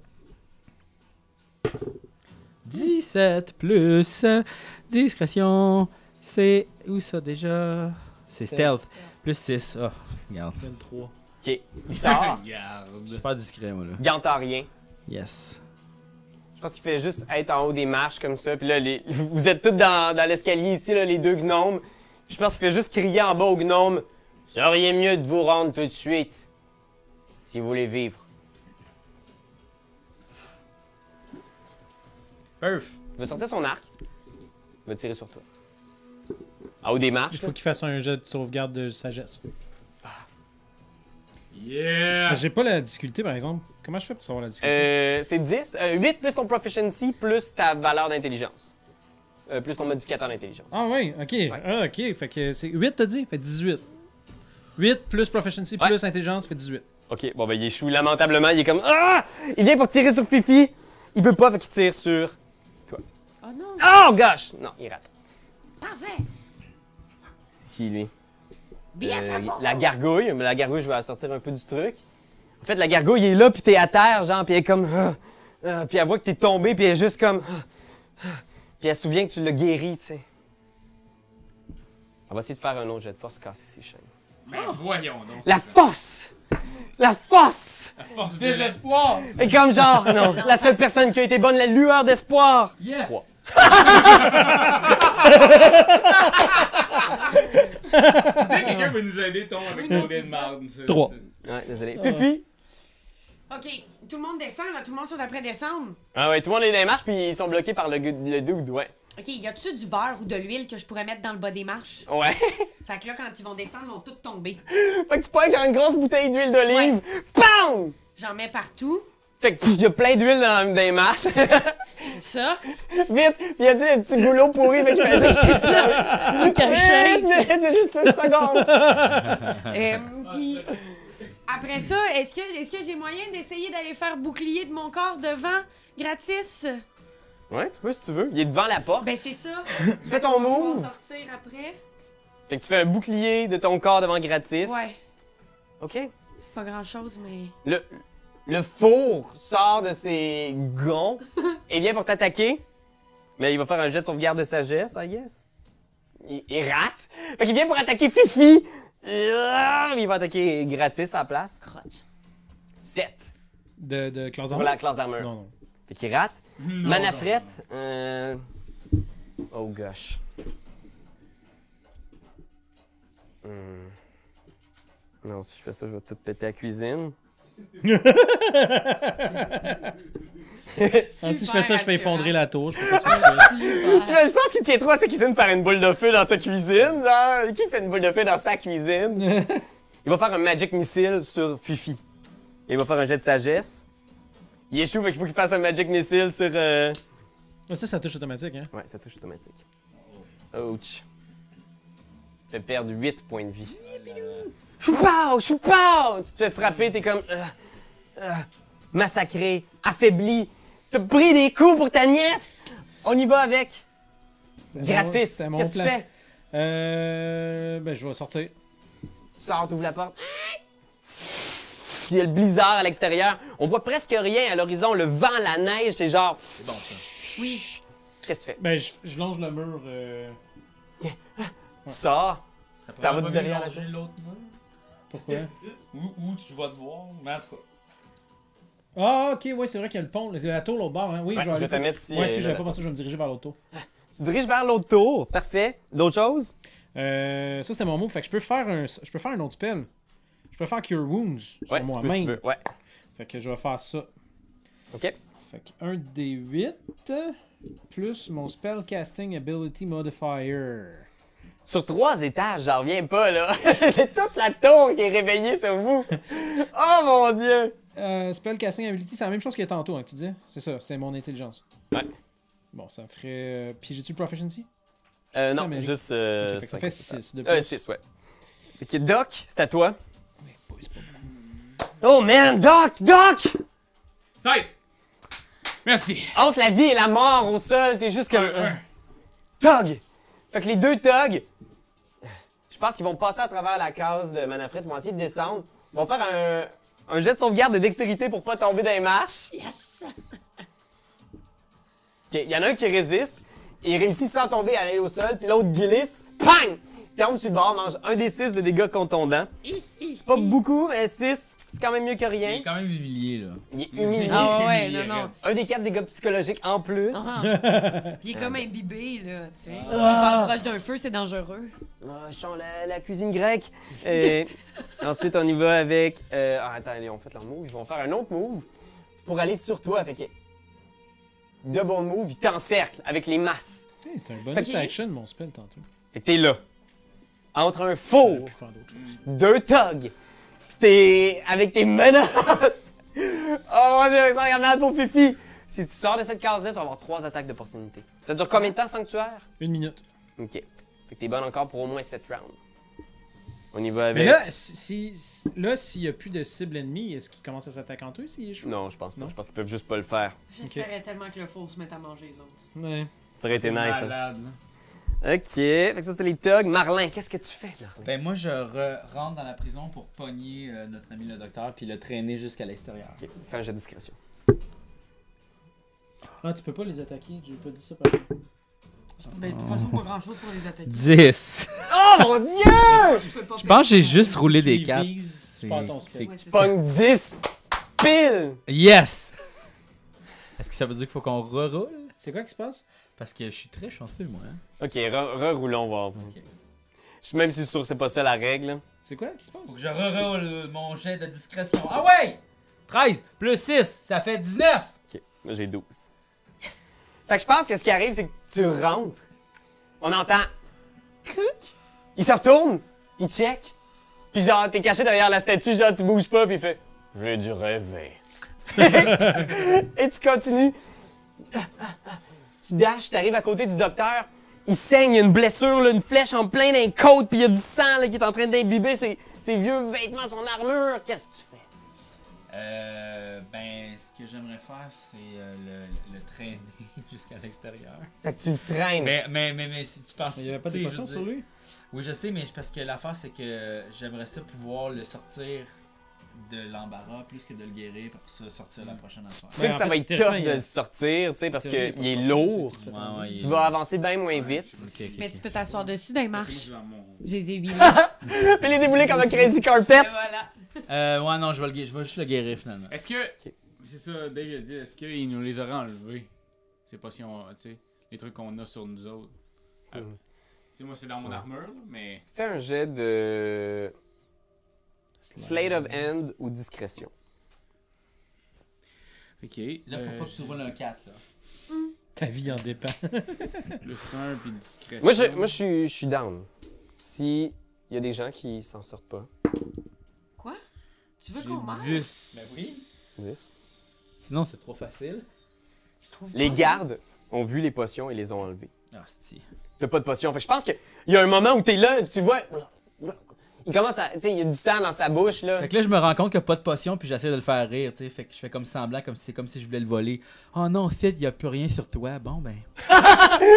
C: 17 plus discrétion. C'est où ça déjà? C'est stealth. Plus 6. Oh, regarde.
B: 23.
A: Ok, il sort.
C: Super discret, moi, là.
A: il entend rien.
C: Yes.
A: Je pense qu'il fait juste être en haut des marches comme ça. Puis là, les- vous êtes tous dans, dans l'escalier ici, là, les deux gnomes. Puis je pense qu'il fait juste crier en bas aux gnomes. Seriez mieux de vous rendre tout de suite. Si vous voulez vivre.
C: Perf.
A: Il va sortir son arc. Il va tirer sur toi. En haut des marches.
B: Il faut qu'il fasse un jet de sauvegarde de sagesse.
D: Yeah!
B: J'ai pas la difficulté, par exemple. Comment je fais pour savoir la difficulté?
A: Euh, c'est 10. euh, 8 plus ton proficiency plus ta valeur d'intelligence. Euh, plus ton modificateur d'intelligence.
B: Ah oui, ok. Ah, ok. Fait que c'est 8, t'as dit? Fait 18. 8 plus proficiency
A: Ouais.
B: plus intelligence fait 18.
A: Ok, bon ben il échoue lamentablement, il est comme Ah! Il vient pour tirer sur Fifi! Il peut pas, fait qu'il tire sur.
E: Oh non,
A: Oh gosh! Non, il rate.
E: parfait.
F: Euh,
A: C'est qui lui? Euh,
E: Bien fait pour
A: la
E: vous.
A: gargouille, mais la gargouille, je vais la sortir un peu du truc. En fait, la gargouille est là, puis t'es à terre, genre, puis elle est comme. Ah! Ah! puis elle voit que t'es tombé, puis elle est juste comme. Ah! Ah! puis elle se souvient que tu l'as guéri, tu sais. On va essayer de faire un autre jet de force, casser ses chaînes.
D: Ben voyons donc.
A: La
D: c'est
A: force! La force!
D: la force de la-
C: Désespoir!
A: Et comme genre, non, la seule personne qui a été bonne, la lueur d'espoir!
C: Yes!
A: Trois.
D: Dès que quelqu'un veut nous aider, tombe avec
G: Oui, non,
D: ton dé de
G: c'est ça.
D: marde. ça,
B: Trois.
D: c'est-
A: Ouais, désolé. Fifi!
G: Ok, tout le monde descend, là. Tout le monde saute après descendre.
A: Ah ouais, tout le monde est dans les marches, puis ils sont bloqués par le, gu- le dude, ouais.
G: Ok, y a-tu du beurre ou de l'huile que je pourrais mettre dans le bas des marches?
A: Ouais.
F: Oh.
G: Fait que là, quand ils vont descendre, ils vont tous tomber.
A: fait que tu prends genre une grosse bouteille d'huile d'olive, PAM!
G: J'en mets partout.
A: Fait que pff, y a plein d'huile dans, dans les marches.
G: Ça,
A: Vite! Pis y a des petits goulots pourris, fait qu'il fait juste
G: c'est ça.
E: Caché.
A: Vite, vite, j'ai juste 6 secondes!
G: Euh, puis après ça, est-ce que, est-ce que j'ai moyen d'essayer d'aller faire bouclier de mon corps devant gratis?
A: Ouais, tu peux si tu veux. Il est devant la porte.
G: Ben c'est ça.
A: tu fais ton
G: On
A: move.
G: va sortir après.
A: Fait que tu fais un bouclier de ton corps devant gratis.
G: Ouais,
A: OK.
G: c'est pas grand-chose, mais...
A: Le, le four sort de ses gonds et vient pour t'attaquer. Mais il va faire un jet de sauvegarde de sagesse, I guess. Il, il rate. Fait qu'il vient pour attaquer Fifi. Ah, Il va attaquer gratis à la place.
E: Crotte.
A: 7
B: De, de classe
A: pour
B: d'armure?
A: la classe d'armure.
B: Non, non.
A: Fait qu'il rate.
D: Non,
A: Manafrette. euh, Oh gosh. Hmm. Non, si je fais ça, je vais tout péter à cuisine.
B: Ah, si je fais ça, je fais effondrer la tour. Je peux pas
A: Je, je pense qu'il tient trop à sa cuisine par une boule de feu dans sa cuisine. là. Qui fait une boule de feu dans sa cuisine? il va faire un magic missile sur Fifi. Il va faire un jet de sagesse. Il échoue, fait qu'il faut qu'il fasse un magic missile sur... euh,
B: Ah, Ça, ça touche automatique, hein?
A: Ouais, ça touche automatique. Ouch. Fait perdre 8 points de vie. Choupao! Choupao! Tu te fais frapper, t'es comme. euh, euh, massacré, affaibli. T'as pris des coups pour ta nièce! On y va avec! Gratis! Qu'est-ce
B: C'était mon
A: que tu
B: plan.
A: fais?
B: Euh. Ben, je vais sortir.
A: Sors, t'ouvres la porte. Il y a le blizzard à l'extérieur. On voit presque rien à l'horizon. Le vent, la neige, c'est genre.
C: C'est bon, ça.
A: Oui. Qu'est-ce que tu fais?
B: Ben, je, je longe le mur. euh,
A: Tu sors.
C: Ça
A: C'est à votre
C: pourrait pas
A: Ah, derrière
C: mieux
A: la
C: longer l'autre mur?
B: Pourquoi?
C: Ou, ou tu vas te voir. Mais en tout cas.
B: Ah, ok, ouais, c'est vrai qu'il y a le pont. La tour, l'autre bord, hein? Oui,
A: Ouais,
B: je vais aller.
A: te mettre si.
B: Ouais, est-ce
A: euh, là,
B: que j'avais pas pensé que je vais me diriger vers l'autre tour?
A: Tu diriges vers l'autre tour. Parfait. D'autres choses?
B: Euh, ça, c'était mon mot. Fait que je peux faire un, je peux faire un autre spell. Je peux faire Cure Wounds sur
A: Ouais, tu peux, si tu
B: moi-même.
A: veux. Ouais.
B: Fait que je vais faire ça.
A: OK.
B: Fait que 1 d 8 plus mon spell casting ability modifier.
A: Sur trois étages, j'en reviens pas, là. C'est toute la tour qui est réveillée sur vous. Oh mon Dieu!
B: Euh, spell casting ability, c'est la même chose que tantôt, hein, tu dis? C'est ça, c'est mon intelligence.
A: Ouais.
B: Bon, ça ferait. euh, Puis j'ai-tu le proficiency?
A: Euh, non,
B: Ah, mais-
A: juste. Euh,
B: Ok, fait que ça
A: cinq
B: fait
A: autres
B: 6 de
A: étages.
B: plus.
A: Euh, 6, ouais. Fait que Doc, c'est à toi. Oh man, Doc, Doc!
D: 16! Merci!
A: Entre la vie et la mort au sol, t'es juste comme.
D: Un, un.
A: Tog! Fait que les deux togs, je pense qu'ils vont passer à travers la case de Manafred, vont essayer de descendre. Ils vont faire un, un jet de sauvegarde de dextérité pour pas tomber dans les marches.
E: Yes.
A: Il y en a un qui résiste, il réussit sans tomber à aller au sol, puis l'autre glisse, pang! Tombe sur le bord, mange un des six de dégâts contondants. C'est pas beaucoup, mais 6, c'est quand même mieux que
C: Il est
A: rien.
C: quand même humilié, là.
A: Il est humilié.
G: Ah
D: c'est
G: ouais,
D: humilié,
G: non, non.
D: regarde.
A: Un des quatre dégâts psychologiques en plus.
G: Ah. Puis il est comme imbibé, là, tu sais. S'il passe proche d'un feu, c'est dangereux.
A: Ah, je sens la, la cuisine grecque. Et ensuite, on y va avec. euh, ah, attends, ils ont fait leur move. Ils vont faire un autre move pour aller sur toi. Fait que. De bons moves, ils t'encerclent avec les masses.
B: Hey, c'est un bonus
A: Ok.
B: action, mon spell, tantôt.
A: Fait que t'es là. Entre un
B: On
A: four,
B: aurait pu faire d'autres choses.
A: deux thugs, pis t'es. avec tes menaces. oh mon dieu, ça regarde mal pour Fifi. Si tu sors de cette case-là, tu vas avoir trois attaques d'opportunité. Ça dure combien de temps, sanctuaire?
B: Une minute.
A: Ok. Fait que t'es bonne encore pour au moins sept rounds. On y va avec.
B: Mais là, si, si- si- là, s'il n'y a plus de cible ennemie, est-ce qu'il commence à s'attaquer entre eux s'il est chaud?
A: Non, je pense pas.
B: Non?
A: Je pense qu'ils peuvent juste pas le faire.
G: J'espérais tellement que le four se mette à manger les autres.
A: Hmm.
B: Ouais.
A: Ça aurait été nice. hein.
C: Malade, là.
A: Ok, fait que ça c'était les thugs. Marlin, qu'est-ce que tu fais là?
C: Ben moi je re- rentre dans la prison pour pogner euh, notre ami le docteur puis le traîner jusqu'à l'extérieur.
A: Ok, fais un jeu de discrétion.
B: Ah, tu peux pas les attaquer, j'ai pas dit ça par contre.
G: Ben, de toute façon, pas grand-chose pour les attaquer.
C: 10.
A: Oh mon dieu!
G: Je peux pas
C: Je pense que j'ai juste
B: Si
C: roulé
B: tu
C: des
B: les
C: 4.
B: vises,
C: C'est-
B: Tu perds ton
C: c'est-
B: spell.
G: Ouais, c'est ça.
A: Pong 10! Pile!
C: Yes! Est-ce que ça veut dire qu'il faut qu'on reroule?
B: C'est quoi qui se passe?
C: Parce que je suis très chanceux moi. hein.
A: Ok, re- reroulons voir. Je suis même si sûr que c'est pas ça la règle.
B: C'est quoi qui se passe?
C: Faut que je reroule mon jet de discrétion. Ah ouais! 13 plus 6, ça fait 19!
A: Ok, moi j'ai 12. Yes! Fait que je pense que ce qui arrive, c'est que tu rentres. On entend. Cric! Il se retourne, il check. Puis genre, t'es caché derrière la statue, genre tu bouges pas, puis il fait J'ai dû rêver. Et tu continues. Tu dashes, t'arrives à côté du docteur. Il saigne, il y a une blessure, là, une flèche en plein d'un côte, puis il y a du sang là, qui est en train d'imbiber ses, ses vieux vêtements, son armure. Qu'est-ce que tu fais?
C: Euh, ben ce que j'aimerais faire c'est euh, le, le traîner jusqu'à l'extérieur.
A: Fait que tu le traînes.
C: Mais, mais, mais, mais si tu penses...
B: Il y avait pas
C: tu
B: des
C: sais,
B: potions
C: je veux
B: sur
C: dire-
B: lui?
C: Oui, je sais, mais c'est parce que l'affaire, c'est que j'aimerais ça pouvoir le sortir de l'embarras plus que de le guérir pour ça sortir la prochaine affaire.
A: Tu sais
B: Ben,
A: que
B: en
A: ça
B: fait,
A: va être
B: théoriquement,
A: tough
B: il
A: de
B: y a-
A: le sortir, tu sais, parce qu'il
B: Théorie, pas
A: est
B: de
A: lourd.
B: potions, c'est-
C: Ouais, ouais,
A: Tu vas avancer bien moins vite.
C: Ok, ok,
G: Mais
C: ok.
G: tu peux t'asseoir dessus dans les marches.
D: Moi, je vais à mon-
G: Je les ai huilés.
A: Puis les débouler comme un crazy carpet.
G: Et voilà.
C: Euh, ouais, non, je vais, le gué- je vais juste le guérir finalement.
D: Est-ce que. C'est ça, Dave a dit, est-ce qu'il nous les aurait enlevés Ces potions, euh, tu sais, les trucs qu'on a sur nous autres. Ah,
A: Mm.
D: Tu sais, moi, c'est dans mon armure, là, mais.
A: Fais un jet de Slate of End ou discrétion.
D: Ok.
C: Là,
B: Euh,
C: faut pas que tu roules un 4, là.
B: Ta vie en dépend.
D: Plus un, puis discrétion.
A: Moi, je, moi, je, suis, je suis down. Si il y a des gens qui s'en sortent pas,
G: Quoi? Tu veux
D: J'ai
G: qu'on meure?
D: 10.
C: Ben oui.
A: 10.
C: Sinon, c'est trop facile.
G: Je trouve
A: Les
G: pas.
A: gardes ont vu les potions et les ont enlevées.
C: Ah, c'est
A: T'as pas de potion. Fait que je pense qu'il y a un moment où t'es là, tu vois. Il commence à. Tu sais, il y a du sang dans sa bouche, là.
C: Fait que là, je me rends compte qu'il n'y a pas de potion, puis j'essaie de le faire rire, tu sais. Fait que je fais comme semblant, comme si c'est comme si je voulais le voler. Oh non, Sid, il n'y a plus rien sur toi. Bon, ben.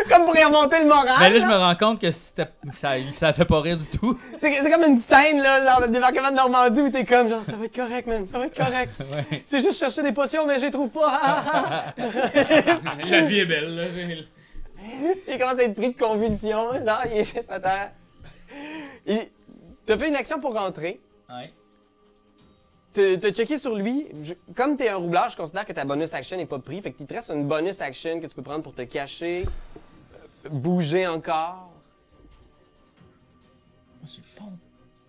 A: Comme pour y remonter le
B: Ah,
A: moral.
B: Ben
C: Mais là, je
A: là.
C: me rends compte que c'était- ça, ça fait pas rire du tout.
A: C'est c'est comme une scène, là, lors du débarquement de Normandie où t'es comme, genre, ça va être correct, man, ça va être correct.
C: Ouais.
A: C'est juste chercher des potions, mais je les trouve pas. Ah, ah, ah.
D: La vie est belle, là. c'est-
A: il commence à être pris de convulsions, genre, il est juste à terre. Il- T'as fait une action pour rentrer.
C: Ouais.
A: T'as t'as checké sur lui. Je- Comme t'es un roublard, je considère que ta bonus action n'est pas prise. Fait que tu te reste une bonus action que tu peux prendre pour te cacher, euh, bouger encore.
C: Sur le pont.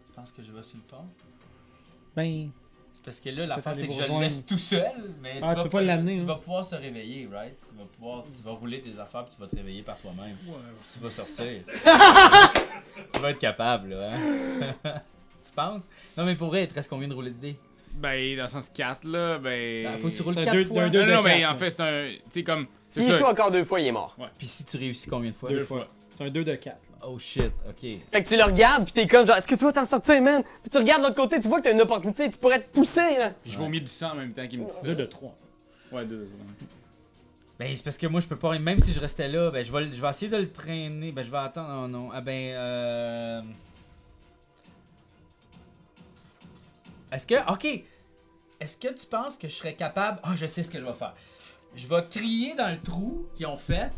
C: Tu penses que je vais sur le pont?
B: Ben,
C: C'est parce que là, l'affaire,
B: Peut-être
C: c'est que
B: aller
C: je
B: vous
C: le laisse
B: rejoindre.
C: tout seul, mais
B: Ah, tu peux pas l'amener,
C: Tu
B: hein.
C: vas pouvoir se réveiller, right? Tu vas pouvoir, tu vas rouler tes affaires puis tu vas te réveiller par toi-même. Tu vas sortir. tu vas être capable, là. hein. tu penses? Non, mais pour vrai, il te reste combien de roulés de dés?
D: Ben, dans le sens 4, là, ben.
C: Ah, faut que tu roules
B: ça
C: 4
B: deux-
C: fois.
B: d'un deux-
D: Non, non, non,
B: de
D: mais
B: quatre,
D: en
B: là.
D: fait, c'est un. Tu sais, comme. C'est
A: S'il
D: ça.
A: échoue encore deux fois, il est mort.
C: Puis si tu réussis combien de fois?
D: Deux fois.
B: c'est un 2 de 4.
C: Oh shit, ok.
A: Fait que tu le regardes, puis t'es comme, genre, est-ce que tu vas t'en sortir, man? Puis tu regardes de l'autre côté, tu vois que t'as une opportunité, tu pourrais te pousser, là.
D: Puis je vomis du sang en même temps qu'il me dit ça.
B: 2 de 3.
D: Ouais, deux, deux. ouais.
C: Ben, c'est parce que moi, je peux pas. Même si je restais là, ben, je vais, le- je vais essayer de le traîner. Ben, je vais attendre. Non, non. Ah, ben, euh. Est-ce que. Ok. Est-ce que tu penses que je serais capable. Ah, je sais ce que je vais faire. Je vais crier dans le trou qu'ils ont fait.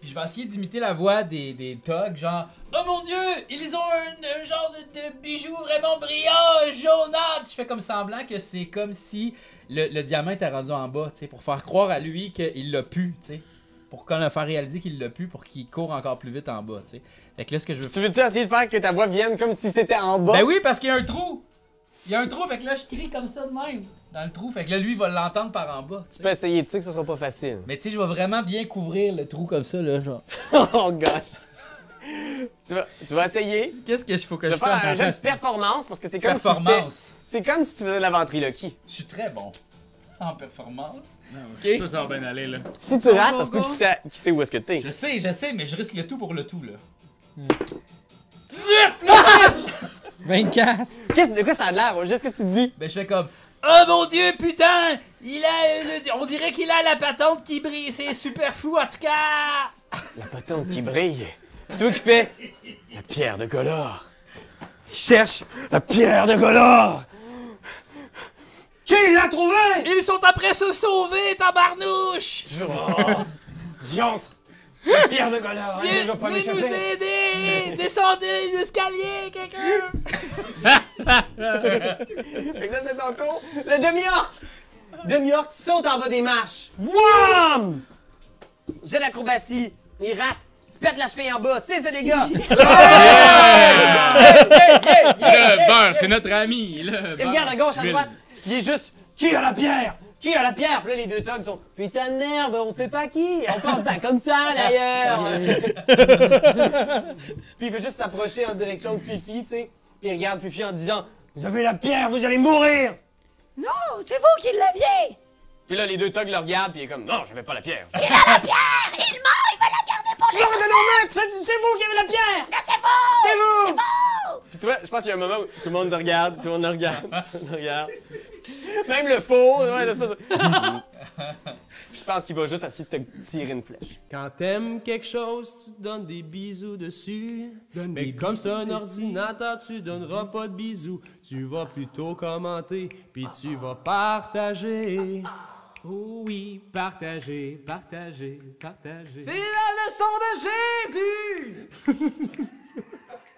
C: Puis je vais essayer d'imiter la voix des, des thugs, genre Oh mon dieu, ils ont un, un genre de, de bijou vraiment brillant, jaunâtre. Je fais comme semblant que c'est comme si le, le diamant était rendu en bas, tu sais, pour faire croire à lui qu'il l'a pu, tu sais. Pour qu'on le faire réaliser qu'il l'a pu, pour qu'il court encore plus vite en bas, tu sais. Fait que là, ce que je veux
A: Tu veux-tu essayer de faire que ta voix vienne comme si c'était en bas?
C: ben oui, parce qu'il y a un trou. Il y a un trou, fait que là, je crie comme ça de même. Dans le trou, fait que là, lui, il va l'entendre par en bas. tu
A: Tu
C: sais.
A: peux essayer dessus que ce sera pas facile.
C: Mais tu sais, je vais vraiment bien couvrir le trou comme ça, là, genre.
A: oh gosh! tu, vas, tu vas essayer
C: Qu'est-ce que je faut que
A: de
C: je
A: faire
C: fasse?
A: un jeu de performance parce que c'est comme si
C: Performance.
A: c'était- c'est comme si tu faisais de la ventriloquie.
C: Je suis très bon en performance.
D: Non,
C: Ok.
D: je suis sûr que ça va bien aller, là.
A: Si tu rates,
G: go,
A: ça se peut
G: go.
A: qu'il sait, qu'il sait où est-ce que t'es.
C: Je sais, je sais, mais je risque le tout pour le tout, là.
B: 24!
A: Qu'est-ce de quoi ça a l'air? Juste ce que tu dis.
C: Ben, je fais comme. Oh mon dieu, putain! Il a. euh, le- on dirait qu'il a la patente qui brille, c'est super fou en tout cas!
A: La patente qui brille. Tu vois qu'il fait la pierre de Golor. Il Cherche la pierre de Golor. Qui l'a trouvée?
C: Ils sont après se sauver, tabarnouche!
A: Oh, diantre. La pierre de Golor. elle ne va pas m'échapper.
C: aider! Descendez les escaliers, quelqu'un!
A: Fait que ça, c'est ton tour. Le demi-orc! Demi-orc saute en bas des marches. Wham! J'ai l'acrobatie. Il rate. Il se pète la cheville en bas. 6 de dégâts.
D: Le beurre, c'est notre ami, là.
A: Il regarde à gauche, à droite. Il est juste. Qui a la pierre? Qui a la pierre? Puis là, les deux thugs sont. Putain de merde, on sait pas qui. On pense à comme ça, d'ailleurs. Puis il fait juste s'approcher en direction de Fifi, tu sais. Puis il regarde Fifi en disant Vous avez la pierre, vous allez mourir!
E: Oh, c'est vous qui l'aviez!
A: Puis là, les deux thugs le regardent, puis il est comme Non, j'avais pas la pierre.
E: Il meurt, il va la garder pour
A: Non, mais non, mec, c'est c'est vous qui avez la pierre!
E: c'est vous!
A: C'est vous! Puis tu vois, je pense qu'il y a un moment où tout le monde le regarde, tout le monde le regarde, tout le monde le regarde. Même le faux, ouais, l'espèce de... Puis Je pense qu'il va juste essayer de te tirer une flèche.
H: Quand t'aimes quelque chose, tu donnes des bisous dessus. Mais comme c'est un ordinateur, tu donneras pas de bisous. Tu vas plutôt commenter, puis tu vas partager. Oh oui, partager, partager, partager. C'est la leçon de Jésus!